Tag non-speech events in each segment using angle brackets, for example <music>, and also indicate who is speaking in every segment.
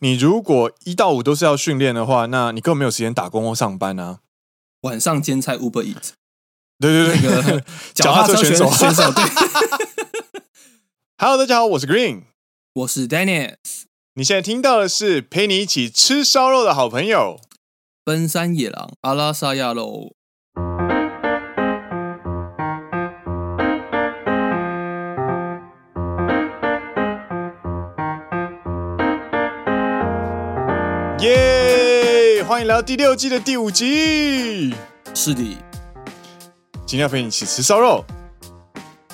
Speaker 1: 你如果一到五都是要训练的话，那你根本没有时间打工或上班啊。
Speaker 2: 晚上兼差 Uber Eat
Speaker 1: 对对
Speaker 2: 那
Speaker 1: 对，
Speaker 2: 个
Speaker 1: 脚踏车选
Speaker 2: 选
Speaker 1: 手
Speaker 2: 选手，对，
Speaker 1: <laughs> Hello，大家好，我是 Green。
Speaker 2: <laughs> 我是 Daniel，
Speaker 1: 你现在听到的是陪你一起吃烧肉的好朋友。
Speaker 2: 奔山野狼阿拉萨亚喽。
Speaker 1: 耶！欢迎来到第六季的第五集。
Speaker 2: 是的，
Speaker 1: 今天要陪你一起吃烧肉，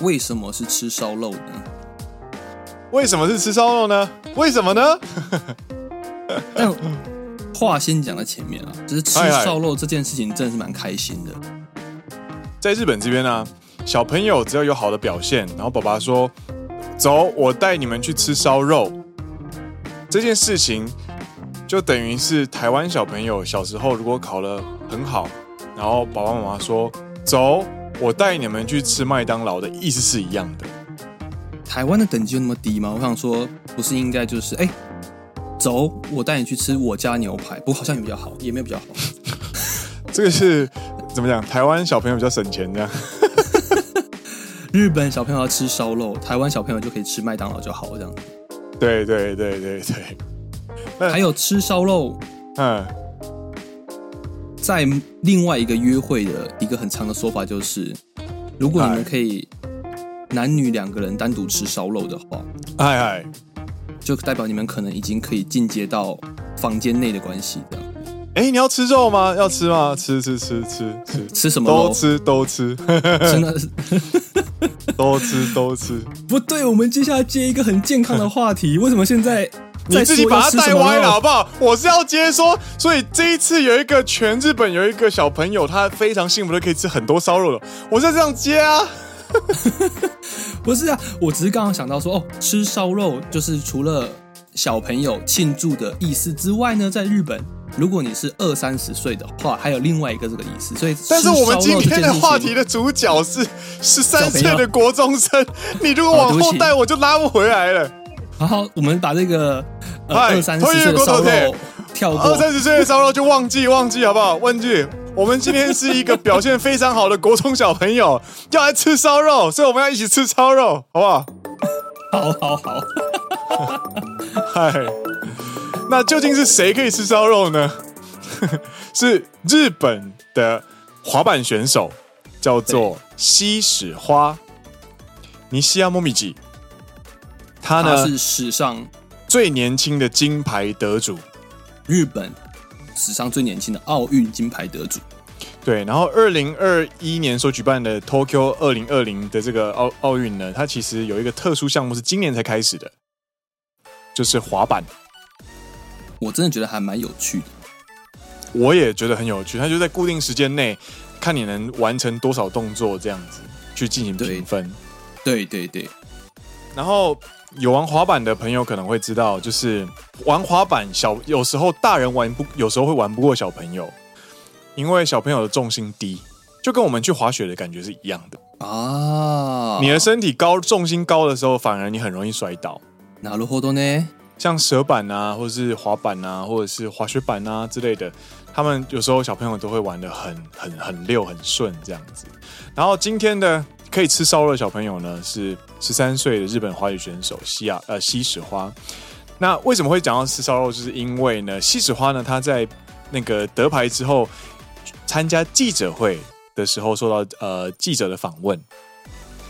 Speaker 2: 为什么是吃烧肉呢？
Speaker 1: 为什么是吃烧肉呢？为什么呢？
Speaker 2: 但话先讲在前面啊，只是吃
Speaker 1: 哎哎
Speaker 2: 烧肉这件事情真的是蛮开心的。
Speaker 1: 在日本这边呢、啊小朋友只要有好的表现，然后爸爸说：“走，我带你们去吃烧肉。”这件事情就等于是台湾小朋友小时候如果考得很好，然后爸爸妈妈说：“走，我带你们去吃麦当劳”的意思是一样的。
Speaker 2: 台湾的等级有那么低吗？我想说，不是应该就是哎、走，我带你去吃我家牛排，不过好像也比较好，也没有比较好。
Speaker 1: 这个是怎么讲？台湾小朋友比较省钱这样。 <laughs>
Speaker 2: 日本小朋友要吃烧肉，台湾小朋友就可以吃麦当劳就好，这样。
Speaker 1: 对对对对对，
Speaker 2: 还有吃烧肉，
Speaker 1: 嗯，
Speaker 2: 在另外一个约会的一个很长的说法就是，如果你
Speaker 1: 哎
Speaker 2: 们可以男女两个人单独吃烧肉的话，
Speaker 1: 嗨嗨，
Speaker 2: 就代表你们可能已经可以进阶到房间内的关系，这样
Speaker 1: 哎，你要吃肉吗？要吃吗？吃吃吃吃吃，
Speaker 2: 吃什么
Speaker 1: 都
Speaker 2: 肉？
Speaker 1: 吃都吃。
Speaker 2: 真的是 <laughs>
Speaker 1: 都吃都吃，
Speaker 2: 不对，我们接下来接一个很健康的话题，为什么现在
Speaker 1: 你
Speaker 2: 在
Speaker 1: 自己
Speaker 2: 说
Speaker 1: 把
Speaker 2: 要
Speaker 1: 它
Speaker 2: 吃
Speaker 1: 带
Speaker 2: 什么
Speaker 1: 歪了
Speaker 2: 肉
Speaker 1: 好不好？我是要接说，所以这一次有一个全日本有一个小朋友，他非常幸福的可以吃很多烧肉了，我是这样接啊。
Speaker 2: 不是啊，我只是刚刚想到说，哦，吃烧肉就是除了小朋友庆祝的意思之外呢，在日本，如果你是二三十岁的话，还有另外一个这个意思。所以，
Speaker 1: 但是我们今天的话题
Speaker 2: 呢，
Speaker 1: 的主角是十三
Speaker 2: 小朋
Speaker 1: 岁
Speaker 2: 友
Speaker 1: 的国中生，你如果往
Speaker 2: 哦对不
Speaker 1: 后
Speaker 2: 起
Speaker 1: 带，我就拉不回来
Speaker 2: 哦
Speaker 1: 了。
Speaker 2: 然后我们把这个呃
Speaker 1: 嗨
Speaker 2: 二三十岁的烧肉跳
Speaker 1: 二
Speaker 2: 过，
Speaker 1: 三十岁的烧肉就忘记忘记好不好？忘记。我们今天是一个表现非常好的国中小朋友，要来吃烧肉，所以我们要一起吃烧肉，好不好？
Speaker 2: 好好好，
Speaker 1: 嗨，那究竟是谁可以吃烧肉呢？ <laughs> 是日本的滑板选手，叫做西史花尼西亚莫米吉，他
Speaker 2: 他
Speaker 1: 呢
Speaker 2: 是史上
Speaker 1: 最年轻的金牌得主。
Speaker 2: 日本史上最年轻的奥运金牌得主。
Speaker 1: 对，然后二零二一年所举办的 Tokyo 二零二零的这个奥奥运呢，它其实有一个特殊项目是今年才开始的，就是滑板。
Speaker 2: 我真的觉得还蛮有趣的。
Speaker 1: 我也觉得很有趣，它就在固定时间内，看你能完成多少动作这样子去进行评分。
Speaker 2: 对对对，
Speaker 1: 然后有玩滑板的朋友可能会知道，就是玩滑板小有时候大人玩不，有时候会玩不过小朋友，因为小朋友的重心低，就跟我们去滑雪的感觉是一样的。
Speaker 2: 啊，
Speaker 1: 你的身体高，重心高的时候，反而你很容易摔倒。
Speaker 2: なるほどね。
Speaker 1: 像蛇板啊，或者是滑板啊，或者是滑雪板啊之类的，他们有时候小朋友都会玩的很很很溜很顺这样子。然后今天的可以吃烧肉的小朋友呢，是十三岁的日本滑雪选手西亚呃西史花。那为什么会讲到吃烧肉？就是因为呢，西史花呢，她在那个得牌之后参加记者会的时候，受到呃记者的访问，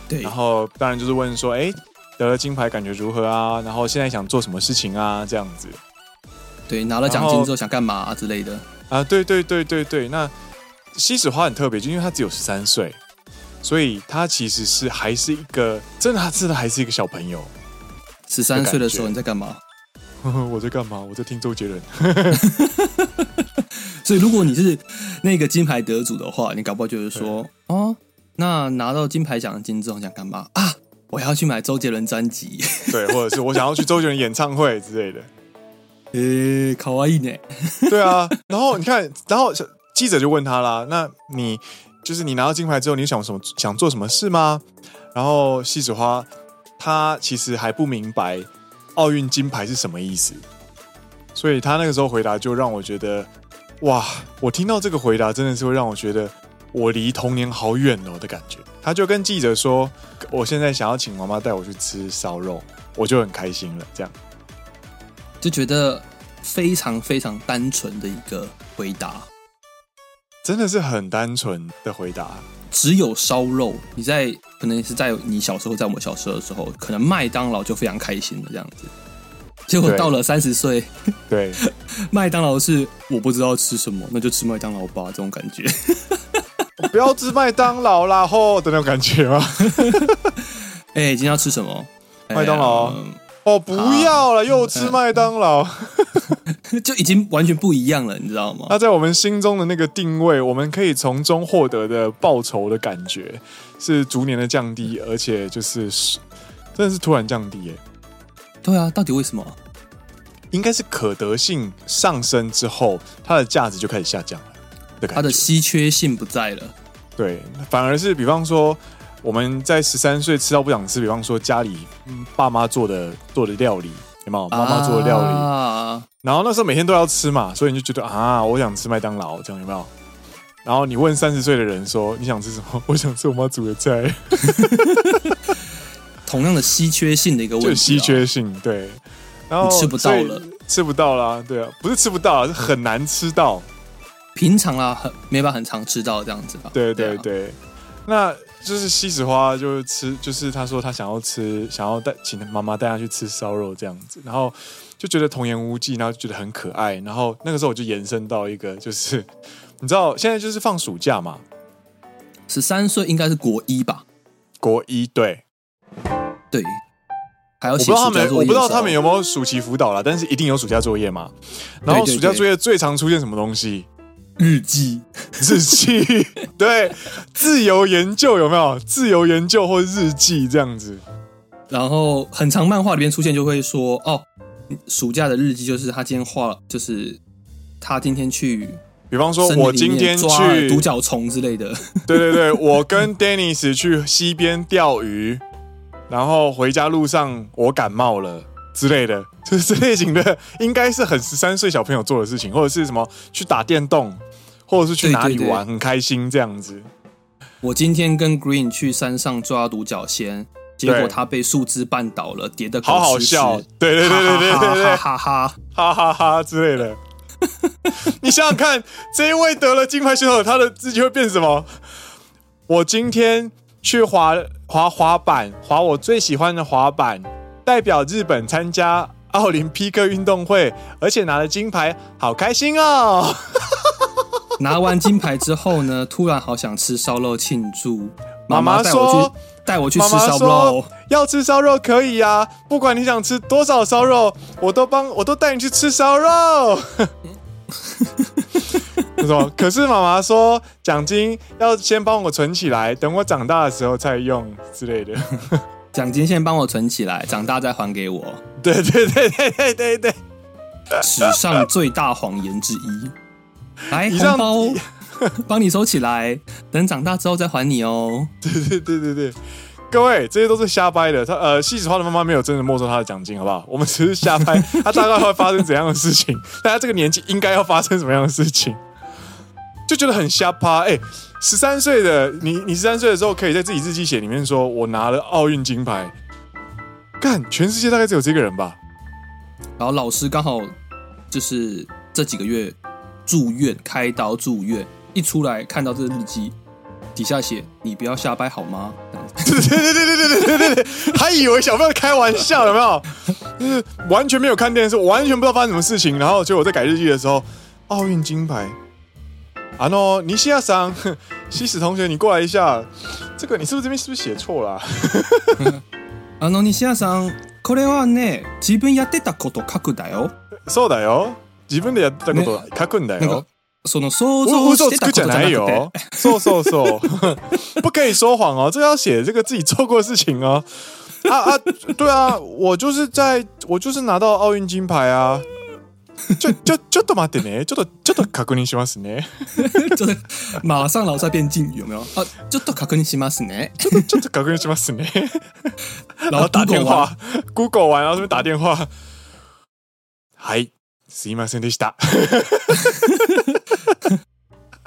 Speaker 2: 对
Speaker 1: 然，后当然就是问说，哎，得了金牌感觉如何啊？然后现在想做什么事情啊？这样子
Speaker 2: 对，拿了奖金之后想干嘛、之类的。
Speaker 1: 啊，对对对对对。那西史花很特别，就因为她只有十三岁，所以她其实是还是一个真的，她真的还是一个小朋友。 <laughs>
Speaker 2: 十三岁的时候你在干嘛？
Speaker 1: 呵呵我在干嘛？我在听周杰伦。 <laughs>
Speaker 2: 所以如果你是那个金牌得主的话，你搞不好就是说，哦，那拿到金牌奖金之后你想干嘛啊？我要去买周杰伦专辑。 <laughs>
Speaker 1: 对，或者是我想要去周杰伦演唱会之类的。
Speaker 2: 诶、可爱い呢。
Speaker 1: <laughs> 对啊，然后你看，然后小记者就问他啦，那你就是你拿到金牌之后，你想什么想做什么事吗？然后西子花她其实还不明白奥运金牌是什么意思，所以他那个时候回答就让我觉得，哇，我听到这个回答真的是会让我觉得我离童年好远哦的感觉。他就跟记者说，我现在想要请妈妈带我去吃烧肉，我就很开心了。这样，
Speaker 2: 就觉得非常非常单纯的一个回答，
Speaker 1: 真的是很单纯的回答。
Speaker 2: 只有烧肉。你在可能是在你小时候，在我们小时候的时候，可能麦当劳就非常开心了这样子。结果
Speaker 1: 对
Speaker 2: 到了三十岁，
Speaker 1: 对，
Speaker 2: 麦当劳是我不知道吃什么，那就吃麦当劳吧，这种感觉。
Speaker 1: 我不要吃麦当劳啦吼的那种感觉
Speaker 2: <laughs>
Speaker 1: 吗？
Speaker 2: 哎、今天要吃什么？
Speaker 1: 麦当劳
Speaker 2: 哎呀嗯 <laughs>
Speaker 1: 哦，不要了，又吃麦当劳。
Speaker 2: 就已经完全不一样了，你知道吗？
Speaker 1: 那在我们心中的那个定位，我们可以从中获得的报酬的感觉是逐年的降低，而且就是真的是突然降低耶，
Speaker 2: 对啊，到底为什么？
Speaker 1: 应该是可得性上升之后，它的价值就开始下降了的感觉。
Speaker 2: 它的稀缺性不在了。
Speaker 1: 对，反而是比方说我们在十三岁吃到不想吃，比方说家里嗯爸妈做的做的料理，有没有妈妈做的料理？
Speaker 2: 啊，
Speaker 1: 然后那时候每天都要吃嘛，所以你就觉得啊，我想吃麦当劳，这样有没有？然后你问三十岁的人说你想吃什么？我 <laughs> 想吃我妈煮的菜，
Speaker 2: 啊同样的稀缺性的一个问题、啊
Speaker 1: 就稀，缺性对。然后
Speaker 2: 你吃不到了，
Speaker 1: 所以吃不到啦，对啊，不是吃不到啊，是很难吃到，
Speaker 2: 平常啦，很没办法很常吃到这样子吧？
Speaker 1: 对对
Speaker 2: 啊，
Speaker 1: 对。那就是西子花就是吃，就是他说他想要吃，想要带请妈妈带他去吃烧肉这样子，然后就觉得童言无忌，然后就觉得很可爱，然后那个时候我就延伸到一个，就是你知道现在就是放暑假嘛，
Speaker 2: 十三岁应该是国一吧？
Speaker 1: 国一对，
Speaker 2: 对，还要
Speaker 1: 我
Speaker 2: 写
Speaker 1: 不知道他
Speaker 2: 暑假
Speaker 1: 们，我
Speaker 2: 作业的时候。
Speaker 1: 不知道他们有没有暑期辅导啦，但是一定有暑假作业嘛。然后
Speaker 2: 对对
Speaker 1: 暑假作业最常出现什么东西？
Speaker 2: 日记，
Speaker 1: 日记， <laughs> 对，自由研究有没有？自由研究或日记这样子，
Speaker 2: 然后很长漫画里面出现就会说哦，暑假的日记就是他今天画，就是他今天去
Speaker 1: 比方说
Speaker 2: 森林
Speaker 1: 我
Speaker 2: 里
Speaker 1: 今
Speaker 2: 面
Speaker 1: 天
Speaker 2: 抓了
Speaker 1: 去
Speaker 2: 独，角虫之类的。
Speaker 1: 对对对，我跟 Dennis 去溪边钓鱼，然后回家路上我感冒了。之类的，就是这类型的，应该是很十三岁小朋友做的事情，或者是什么去打电动，或者是去
Speaker 2: 对
Speaker 1: 哪里
Speaker 2: 对对
Speaker 1: 玩，很开心这样子。
Speaker 2: 我今天跟 Green 去山上抓独角仙，结
Speaker 1: 对
Speaker 2: 果他被树枝绊倒了，跌得狗
Speaker 1: 好好
Speaker 2: 吃屎
Speaker 1: 笑，对对对对对对对，哈
Speaker 2: 哈哈哈哈！
Speaker 1: 哈哈之类的。你想想看，这一位得了金牌选手，他的字句会变什么？我今天去滑滑滑板，滑我最喜欢的滑板，代表日本参加奥林匹克运动会，而且拿了金牌，好开心哦！
Speaker 2: 拿完金牌之后呢，突然好想吃烧肉庆祝，
Speaker 1: 妈
Speaker 2: 妈
Speaker 1: 妈
Speaker 2: 带我
Speaker 1: 说
Speaker 2: 去带我去吃
Speaker 1: 妈妈
Speaker 2: 烧
Speaker 1: 说
Speaker 2: 肉，
Speaker 1: 要吃烧肉可以呀、不管你想吃多少烧肉，我都帮我都带你去吃烧肉。 <laughs> 那种，可是妈妈说奖金要先帮我存起来，等我长大的时候再用之类的。 <laughs>
Speaker 2: 奖金先帮我存起来，长大再还给
Speaker 1: <laughs>
Speaker 2: 我。
Speaker 1: 对对对对对对对，
Speaker 2: 史上最大谎言之一。来，
Speaker 1: 以上
Speaker 2: 红包帮你收起来，等长大之后再还你哦。
Speaker 1: 对对对对，各位，这些都是瞎掰的。他呃，戏子花的妈妈没有真的没收他的奖金，好不好？我们只是瞎掰，他大概会发生怎样的事情，大家这个年纪应该要发生什么样的事情，就觉得很瞎趴。哎、十三岁的你，你十三岁的时候可以在自己日记写里面说，我拿了奥运金牌。干，全世界大概只有这个人吧？
Speaker 2: 然后老师刚好就是这几个月住院开刀住院，一出来看到这日记，底下写你不要瞎掰好吗？这样
Speaker 1: 对
Speaker 2: 子
Speaker 1: 对对对对对对对，还以为小朋友开玩笑，有没有？就是完全没有看电视，完全不知道发生什么事情。然后结果我在改日记的时候，奥运金牌，啊喏，尼西亚桑，哼 <laughs> 西史同学，你过来一下，这个你是不是这边是不是写错了啊、
Speaker 2: あの西田さん、これはね、自分やってたこと書くだよ。
Speaker 1: そうだよ。自分でやったこと書くんだ
Speaker 2: 那
Speaker 1: よ。
Speaker 2: 个その想
Speaker 1: 我
Speaker 2: 像
Speaker 1: 我
Speaker 2: し
Speaker 1: 说
Speaker 2: て
Speaker 1: 这个讲
Speaker 2: たことじゃな
Speaker 1: 哪
Speaker 2: くて
Speaker 1: 有？そうそうそう，不可以说谎哦，这要写这个自己做过的事情哦。啊啊，对啊，我就是在我就是拿到奥运金牌啊。就就就と待ってね。ちょっとちょっと確認しますね。
Speaker 2: 就是马上老在变敬语有没有？啊，ちょっと確認しますね。
Speaker 1: ちょっと確認しますね。然
Speaker 2: 然
Speaker 1: 后
Speaker 2: 后
Speaker 1: 打
Speaker 2: Google
Speaker 1: 电
Speaker 2: 完
Speaker 1: 话，Google 完，然后这边打电话。はい、すいませんでした。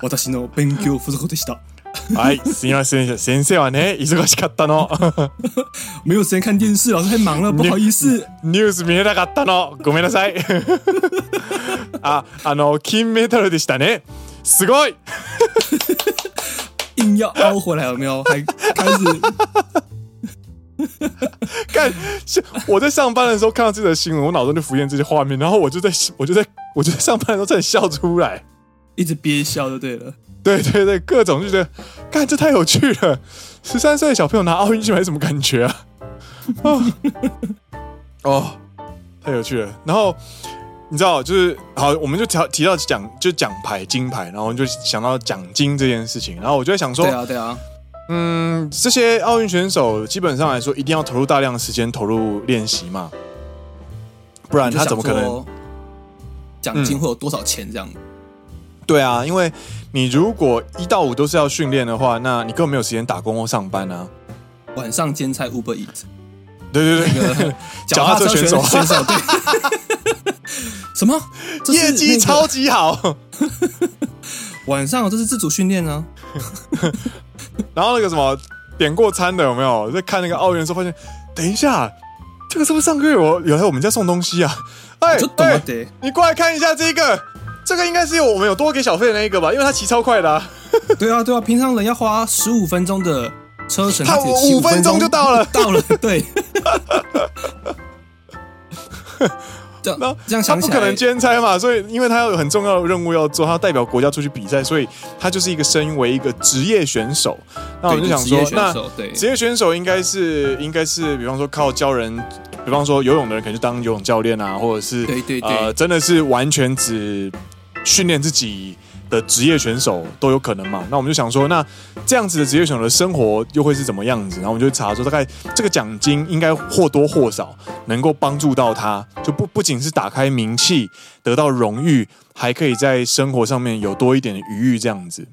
Speaker 2: 私の勉強不足でした，
Speaker 1: はい、すいませんでした。先生はね、忙しかったの。
Speaker 2: 没有时间看电视，老师太忙了，不好意思。
Speaker 1: ニュース見れなかったの。ごめんなさい。あ、あの、金メダルでしたね。すごい
Speaker 2: 硬要凹回来有没有？还开始
Speaker 1: 看，是我在上班的时候看到这则新闻，我脑中就浮现这些画面，然后我就在，我就在，我就在上班的时候差点笑出来。
Speaker 2: 一直憋笑就对了。
Speaker 1: <laughs> 对对对，各种就觉得，看这太有趣了。十三岁的小朋友拿奥运金牌什么感觉啊？哦哦，太有趣了。然后你知道，就是好，我们就提到提到奖，就奖牌、金牌，然后我们就想到奖金这件事情。然后我就在想说，
Speaker 2: 对啊，对啊，
Speaker 1: 嗯，这些奥运选手基本上来说，一定要投入大量的时间投入练习嘛，不然
Speaker 2: 就
Speaker 1: 他
Speaker 2: 想
Speaker 1: 怎么可能
Speaker 2: 说奖金会有多少钱这样？
Speaker 1: 对啊，因为你如果一到五都是要训练的话，那你根本没有时间打工或上班啊。
Speaker 2: 晚上兼差 Uber Eats，
Speaker 1: 对对对， <laughs> 脚踏车选手
Speaker 2: 选手对。
Speaker 1: <laughs>
Speaker 2: 什么？这是
Speaker 1: 业绩
Speaker 2: 那个
Speaker 1: 超级好。
Speaker 2: 晚上这是自主训练啊呢？
Speaker 1: 然后那个什么点过餐的有没有？在看那个奥运的时候发现，等一下，这个是不是上个月我有来我们家送东西啊？哎
Speaker 2: ちょっと
Speaker 1: 哎
Speaker 2: 待，って。
Speaker 1: 你过来看一下这个，这个应该是有我们有多给小费的那一个吧？因为他骑超快的、啊，
Speaker 2: 对啊，对啊，平常人要花十五分钟的车程，
Speaker 1: 他
Speaker 2: 只有七
Speaker 1: 五分钟
Speaker 2: 钟
Speaker 1: 就到了
Speaker 2: 到了，
Speaker 1: <laughs>
Speaker 2: 对。这
Speaker 1: 那
Speaker 2: 样这样
Speaker 1: 他
Speaker 2: 想
Speaker 1: 不
Speaker 2: 起
Speaker 1: 可能
Speaker 2: 来，
Speaker 1: 兼差嘛，所以因为他有很重要的任务要做，他要代表国家出去比赛，所以他就是一个身为一个职业选手。那我
Speaker 2: 对，
Speaker 1: 就想
Speaker 2: 职业
Speaker 1: 说，
Speaker 2: 选
Speaker 1: 那
Speaker 2: 手对，
Speaker 1: 职业选手应该是应该是，比方说靠教人，比方说游泳的人可能就当游泳教练啊，或者是
Speaker 2: 对对对
Speaker 1: 呃，真的是完全只训练自己的职业选手都有可能嘛。那我们就想说，那这样子的职业选手的生活又会是怎么样子？然后我们就查说，大概这个奖金应该或多或少能够帮助到他，就不不仅是打开名气、得到荣誉，还可以在生活上面有多一点的余裕，这样子。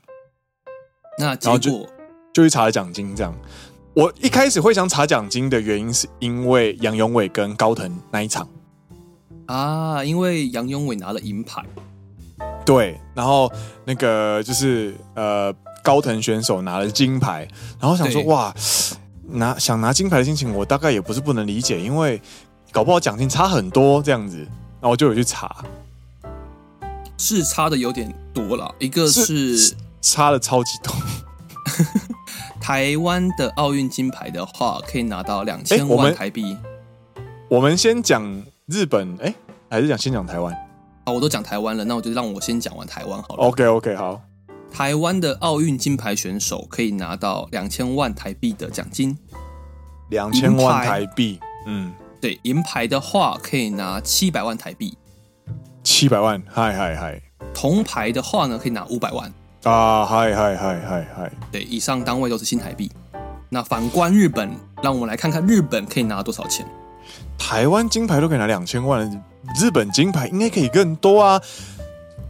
Speaker 2: 那
Speaker 1: 然后
Speaker 2: 结
Speaker 1: 就
Speaker 2: 果
Speaker 1: 就去查了奖金这样。我一开始会想查奖金的原因，是因为杨永伟跟高腾那一场，
Speaker 2: 啊，因为杨永伟拿了银牌，
Speaker 1: 对，然后那个就是呃高腾选手拿了金牌，然后想说
Speaker 2: 对
Speaker 1: 哇，拿想拿金牌的心情，我大概也不是不能理解，因为搞不好奖金差很多这样子，然后我就有去查，
Speaker 2: 是差的有点多了。一个
Speaker 1: 是
Speaker 2: 是
Speaker 1: 差了超级多， <laughs>
Speaker 2: 台湾的奥运金牌的话，可以拿到两
Speaker 1: 哎
Speaker 2: 千
Speaker 1: 我
Speaker 2: 万
Speaker 1: 们
Speaker 2: 台币。
Speaker 1: 我们先讲日本，哎，还是讲先讲台湾
Speaker 2: 啊，我都讲台湾了，那我就让我先讲完台湾好了。
Speaker 1: ？OK OK，好，
Speaker 2: 台湾的奥运金牌选手可以拿到两千万台币的奖金，
Speaker 1: 两千万
Speaker 2: 银牌
Speaker 1: 台币，嗯，
Speaker 2: 对银牌的话可以拿七百万台币，
Speaker 1: 七百万，嗨嗨嗨。
Speaker 2: 铜牌的话呢可以拿五百万，
Speaker 1: 啊，嗨嗨嗨嗨嗨！
Speaker 2: 对，以上单位都是新台币。那反观日本，让我们来看看日本可以拿多少钱。
Speaker 1: 台湾金牌都可以拿两千万，日本金牌应该可以更多啊。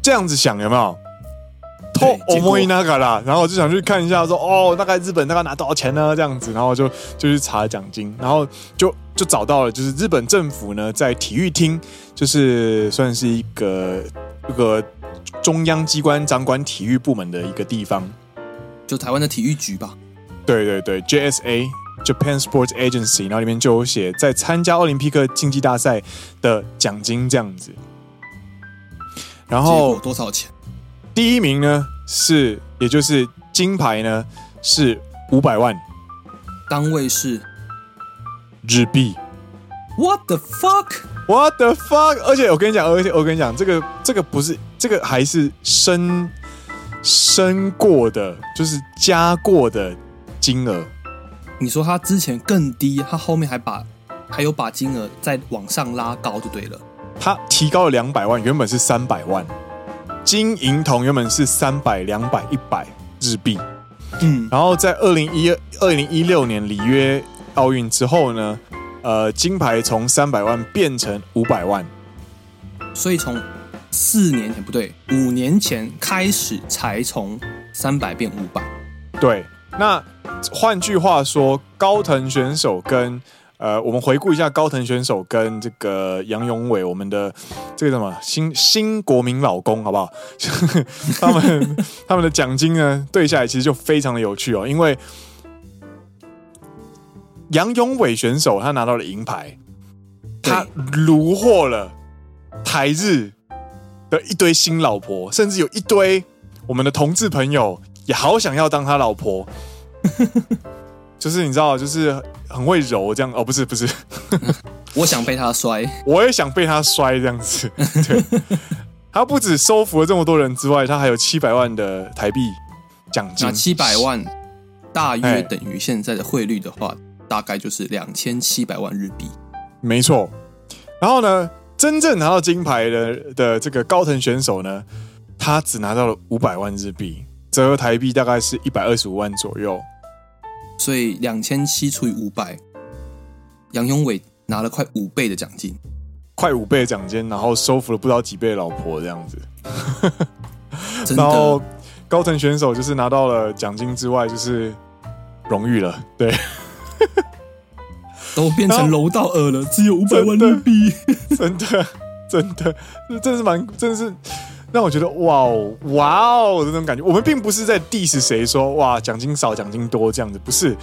Speaker 1: 这样子想有没有？
Speaker 2: 对
Speaker 1: 偷
Speaker 2: 结果
Speaker 1: 思いながら，然后我就想去看一下说哦，大概日本大概拿多少钱呢？这样子，然后就就去查奖金，然后就就找到了，就是日本政府呢在体育厅，就是算是一个一个中央机关掌管体育部门的一个地方。
Speaker 2: 就台湾的体育局吧，
Speaker 1: 对对对，JSA Japan Sports Agency，然后里面就有写在参加奥林匹克竞技大赛的奖金这样子。然
Speaker 2: 结果
Speaker 1: 后
Speaker 2: 多少钱？
Speaker 1: 第一名呢是，也就是金牌呢是五百万
Speaker 2: 单位是
Speaker 1: 日币。
Speaker 2: What the fuck？
Speaker 1: What the fuck！而且我跟你讲，而且我跟你讲，这个这个不是这个还是生生过的，就是加过的金额。
Speaker 2: 你说他之前更低，他后面还把还有把金额再往上拉高就对了。
Speaker 1: 他提高了两百万，原本是三百万，金银铜原本是三百、两百、一百日币。
Speaker 2: 嗯，
Speaker 1: 然后在二零一二零一六年里约奥运之后呢，呃，金牌从三百万变成五百万，
Speaker 2: 所以从四年前不对，五年前开始才从三百变五百。
Speaker 1: 对，那换句话说，高藤选手跟呃，我们回顾一下高藤选手跟这个杨永伟，我们的这个什么新新国民老公，好不 <laughs> 好？他们 <laughs> 他们的奖金呢对下来，其实就非常的有趣哦，因为杨永伟选手他拿到了银牌，
Speaker 2: 对
Speaker 1: 他虏获了台日的一堆新老婆，甚至有一堆我们的同志朋友也好想要当他老婆， <laughs> 就是你知道，就是很会揉这样哦，不是不是，
Speaker 2: 我想被他摔，
Speaker 1: 我也想被他摔这样
Speaker 2: <laughs>
Speaker 1: 子。对，他不止收服了这么多人之外，他还有七百万的台币奖金
Speaker 2: 那，七百万大约等于现在的汇率的话，大概就是两千七百万日币。
Speaker 1: 没错。然后呢，真正拿到金牌的的这个高藤选手呢，他只拿到了五百万日币，折合台币大概是一百二十五万左右。
Speaker 2: 所以两千七除以五百，杨永伟拿了快五倍的奖金。
Speaker 1: 快五倍的奖金，然后收服了不知道几倍的老婆这样子。
Speaker 2: 真
Speaker 1: 然后
Speaker 2: 的，
Speaker 1: 高层选手就是拿到了奖金之外，就是荣誉了。对，
Speaker 2: 都变
Speaker 1: 然
Speaker 2: 成
Speaker 1: 后
Speaker 2: 楼道二了，只有五百万
Speaker 1: 真的
Speaker 2: 日币。
Speaker 1: <laughs> 真的，真的，真的是蛮，真的是让我觉得哇哦，哇哦的那种感觉。我们并不是在 diss 谁说哇奖金少、奖金多这样子，不是，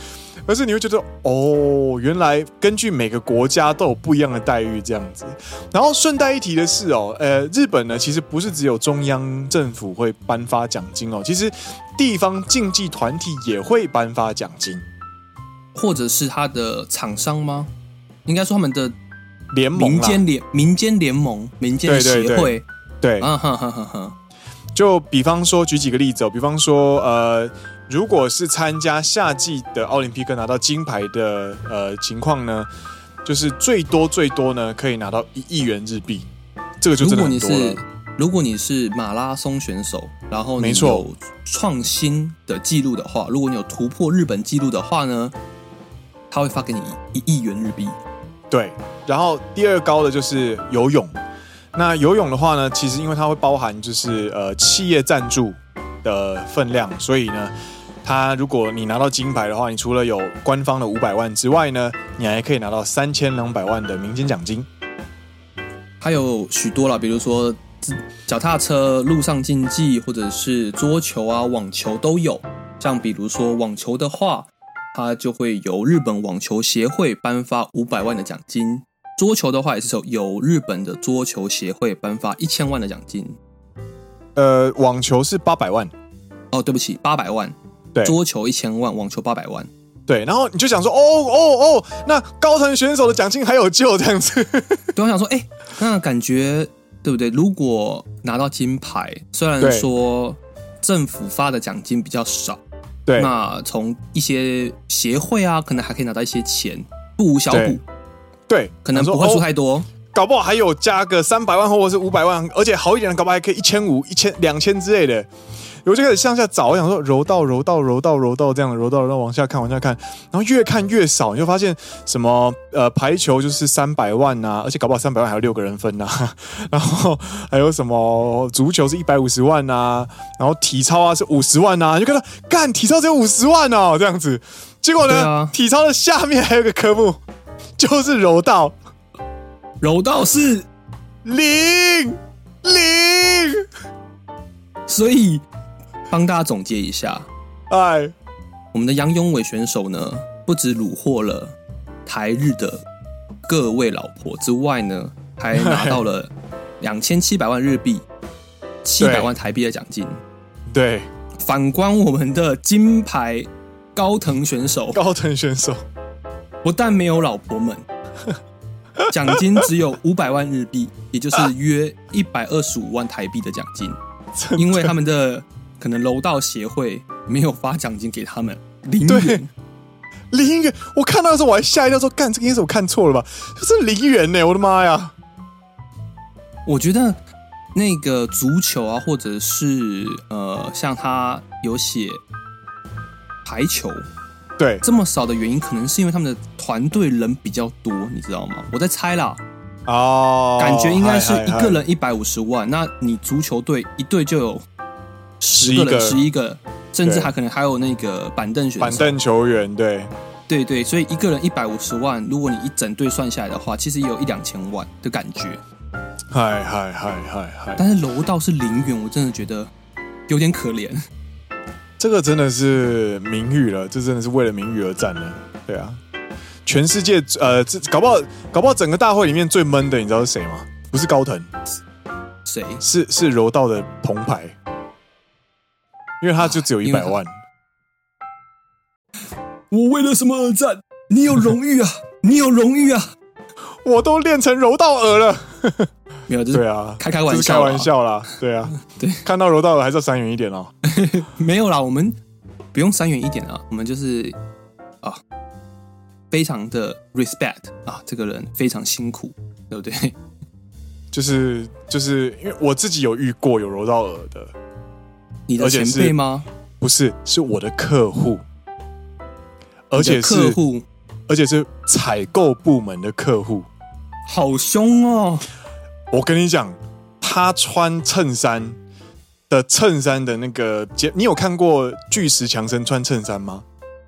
Speaker 1: 而是你会觉得哦，原来根据每个国家都有不一样的待遇这样子。然后顺带一提的是哦，呃，日本呢其实不是只有中央政府会颁发奖金哦，其实地方竞技团体也会颁发奖金。
Speaker 2: 或者是他的厂商吗？应该说他们的
Speaker 1: 联盟
Speaker 2: 民
Speaker 1: 啦，
Speaker 2: 间联、民间联盟、民间
Speaker 1: 对
Speaker 2: 协
Speaker 1: 对对
Speaker 2: 会
Speaker 1: 对，
Speaker 2: 啊，哈哈哈哈，
Speaker 1: 就比方说，举几个例子哦，比方说，呃，如果是参加夏季的奥林匹克拿到金牌的呃情况呢，就是最多最多呢可以拿到一亿元日币，这个就
Speaker 2: 如
Speaker 1: 真的
Speaker 2: 果
Speaker 1: 很
Speaker 2: 你
Speaker 1: 多了
Speaker 2: 是。如果你是马拉松选手，然后你
Speaker 1: 没错
Speaker 2: 有创新的记录的话，如果你有突破日本纪录的话呢，他会发给你一一亿元日币。
Speaker 1: 对，然后第二高的就是游泳。那游泳的话呢，其实因为它会包含就是呃企业赞助的分量，所以呢，它如果你拿到金牌的话，你除了有官方的五百万之外呢，你还可以拿到三千两百万的民间奖金。
Speaker 2: 还有许多啦，比如说自脚踏车、路上竞技，或者是桌球啊、网球都有。像比如说网球的话，它就会由日本网球协会颁发五百万的奖金；桌球的话，也是由日本的桌球协会颁发一千万的奖金。
Speaker 1: 呃，网球是八百万，
Speaker 2: 哦，对不起，八百万。
Speaker 1: 对
Speaker 2: 桌球一千万，网球八百万。
Speaker 1: 对，然后你就想说，哦哦哦，那高藤选手的奖金还有救这样子， <laughs>
Speaker 2: 对，我想说，哎、那感觉对不对？如果拿到金牌，虽然
Speaker 1: 对
Speaker 2: 说政府发的奖金比较少。
Speaker 1: 对，
Speaker 2: 那从一些协会啊，可能还可以拿到一些钱，不无小补
Speaker 1: 对，对，
Speaker 2: 可能
Speaker 1: 想
Speaker 2: 不
Speaker 1: 说
Speaker 2: 会输、
Speaker 1: 哦
Speaker 2: 太多。
Speaker 1: 搞不好还有加个三百万或者是五百万，而且好一点的，搞不好还可以一千五、一千两千之类的。我就开始向下找，我想说柔道、柔道、柔道、柔道这样的柔道，然后往下看、往下看，然后越看越少，你就发现什么呃排球就是三百万呐、而且搞不好三百万还有六个人分呐、 <laughs> 然后还有什么足球是一百五十万呐、然后体操啊是五十万呐、你就看到干体操只有五十万哦，这样子，结果
Speaker 2: 对
Speaker 1: 呢，
Speaker 2: 啊
Speaker 1: 体操的下面还有一个科目就是柔道，
Speaker 2: 柔道是，
Speaker 1: 零零，
Speaker 2: 所以帮大家总结一下，
Speaker 1: 哎，
Speaker 2: 我们的杨永伟选手呢，不止虏获了台日的各位老婆之外呢，还拿到 <laughs> 了两千七百万日币、七百万台币的奖金。
Speaker 1: 对，
Speaker 2: 反观我们的金牌高藤选手，
Speaker 1: 高藤选手，
Speaker 2: 不但没有老
Speaker 1: <laughs>
Speaker 2: 婆们，奖金只有五百万日币，也就是约一百二十五万台币的奖金，
Speaker 1: 啊真
Speaker 2: 因为他们的可能楼道协会没有发奖金给他们，零
Speaker 1: 对
Speaker 2: 元。
Speaker 1: 零元，我看到的时候我还吓一跳，说干这个应该是我看错了吧？这是零元呢、我的妈呀！
Speaker 2: 我觉得那个足球啊，或者是呃，像他有写排球
Speaker 1: 对，
Speaker 2: 这么少的原因，可能是因为他们的团队人比较多，你知道吗？我在猜啦。
Speaker 1: 哦，
Speaker 2: 感觉应该是
Speaker 1: 嗨
Speaker 2: 一
Speaker 1: 嗨嗨
Speaker 2: 个人一百五十万，那你足球队一队就有十
Speaker 1: 11
Speaker 2: 个人、
Speaker 1: 个
Speaker 2: 十一个，甚至
Speaker 1: 对
Speaker 2: 还可能还有那个板凳选手。
Speaker 1: 板凳球员，对，
Speaker 2: 对对，所以一个人一百五十万，如果你一整队算下来的话，其实也有一两千万的感觉。
Speaker 1: 嗨嗨嗨嗨嗨，
Speaker 2: 但是楼道是零元，我真的觉得有点可怜。
Speaker 1: 这个真的是名誉了，这真的是为了名誉而战的，对啊。全世界呃，这搞不好搞不好整个大会里面最闷的，你知道是谁吗？不是高腾，
Speaker 2: 谁？
Speaker 1: 是是柔道的铜牌，因为他就只有
Speaker 2: 啊
Speaker 1: 一百万。
Speaker 2: 我为了什么而战？你有荣誉啊，你有荣誉啊。
Speaker 1: 我都练成柔道鹅了，
Speaker 2: 没有，就是
Speaker 1: 对啊，
Speaker 2: 开开玩笑啦
Speaker 1: 这是开玩笑啦，对啊，
Speaker 2: <laughs> 对，
Speaker 1: 看到柔道鹅还是要闪远一点哦。
Speaker 2: 没有啦，我们不用删远一点啊，我们就是啊，非常的 respect 啊，这个人非常辛苦，对不对？
Speaker 1: 就是就是因为我自己有遇过有柔道鹅的，
Speaker 2: 你的
Speaker 1: 而且
Speaker 2: 前
Speaker 1: 是
Speaker 2: 辈吗？
Speaker 1: 不是是我的客户，而
Speaker 2: 你
Speaker 1: 且
Speaker 2: 的客
Speaker 1: 是
Speaker 2: 户
Speaker 1: 而且是采购部门的客户。
Speaker 2: 好凶哦，
Speaker 1: 我跟你讲，他穿衬衫的衬衫的那个结，你有看过巨石强森穿衬衫吗？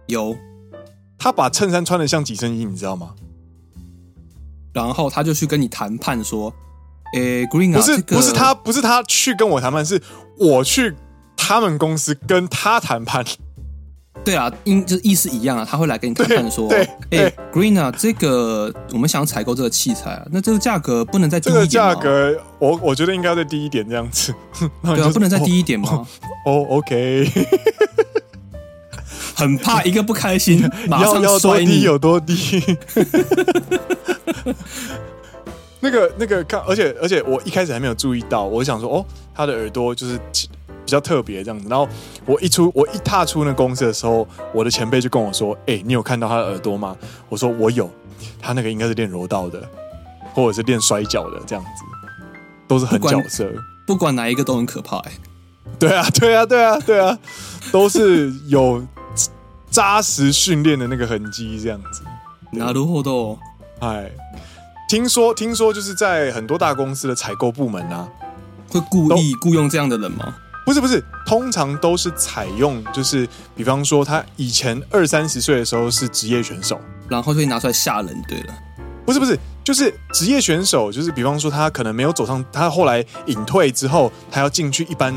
Speaker 2: 有。
Speaker 1: 他把衬衫穿的像紧身衣，你知道吗？
Speaker 2: 然后他就去跟你谈判说，诶，Green 啊，
Speaker 1: 不是、
Speaker 2: 这个
Speaker 1: 不是他不是他去跟我谈判，是我去他们公司跟他谈判。
Speaker 2: 对啊，因就是意思一样啊，他会来跟你谈判说，
Speaker 1: 对
Speaker 2: 哎、
Speaker 1: 对对
Speaker 2: g r e e n 啊，这个我们想要采购这个器材啊，那这个价格不能再低
Speaker 1: 这
Speaker 2: 一点
Speaker 1: 个
Speaker 2: 吗？
Speaker 1: 价格，我我觉得应该要再低一点这样子。 <laughs> 然后你
Speaker 2: 对
Speaker 1: 就
Speaker 2: 啊，不能再
Speaker 1: 哦
Speaker 2: 低一点吗？
Speaker 1: 哦，OK，
Speaker 2: 很怕一个不开心，马
Speaker 1: <laughs> 要
Speaker 2: 上
Speaker 1: 要多
Speaker 2: 摔
Speaker 1: 低
Speaker 2: 你。
Speaker 1: 有多低。 <laughs> 那个那个看，而且而且我一开始还没有注意到，我想说哦，他的耳朵就是比较特别这样子。然后我一出我一踏出那公司的时候，我的前辈就跟我说：“哎、你有看到他的耳朵吗？”我说：“我有。”他那个应该是练柔道的，或者是练摔跤的这样子，都是很
Speaker 2: 不管
Speaker 1: 角色。
Speaker 2: 不管哪一个都很可怕、欸。
Speaker 1: 对啊，对啊，对啊，对啊，都是有扎实训练的那个痕迹，这样子。
Speaker 2: なるほど。
Speaker 1: 哎，听说听说就是在很多大公司的采购部门啊，
Speaker 2: 会故意雇佣这样的人吗？
Speaker 1: 不是不是，通常都是采用就是，比方说他以前二三十岁的时候是职业选手，
Speaker 2: 然后就会拿出来吓人。对了，
Speaker 1: 不是不是，就是职业选手，就是比方说他可能没有走上，他后来隐退之后，他要进去一般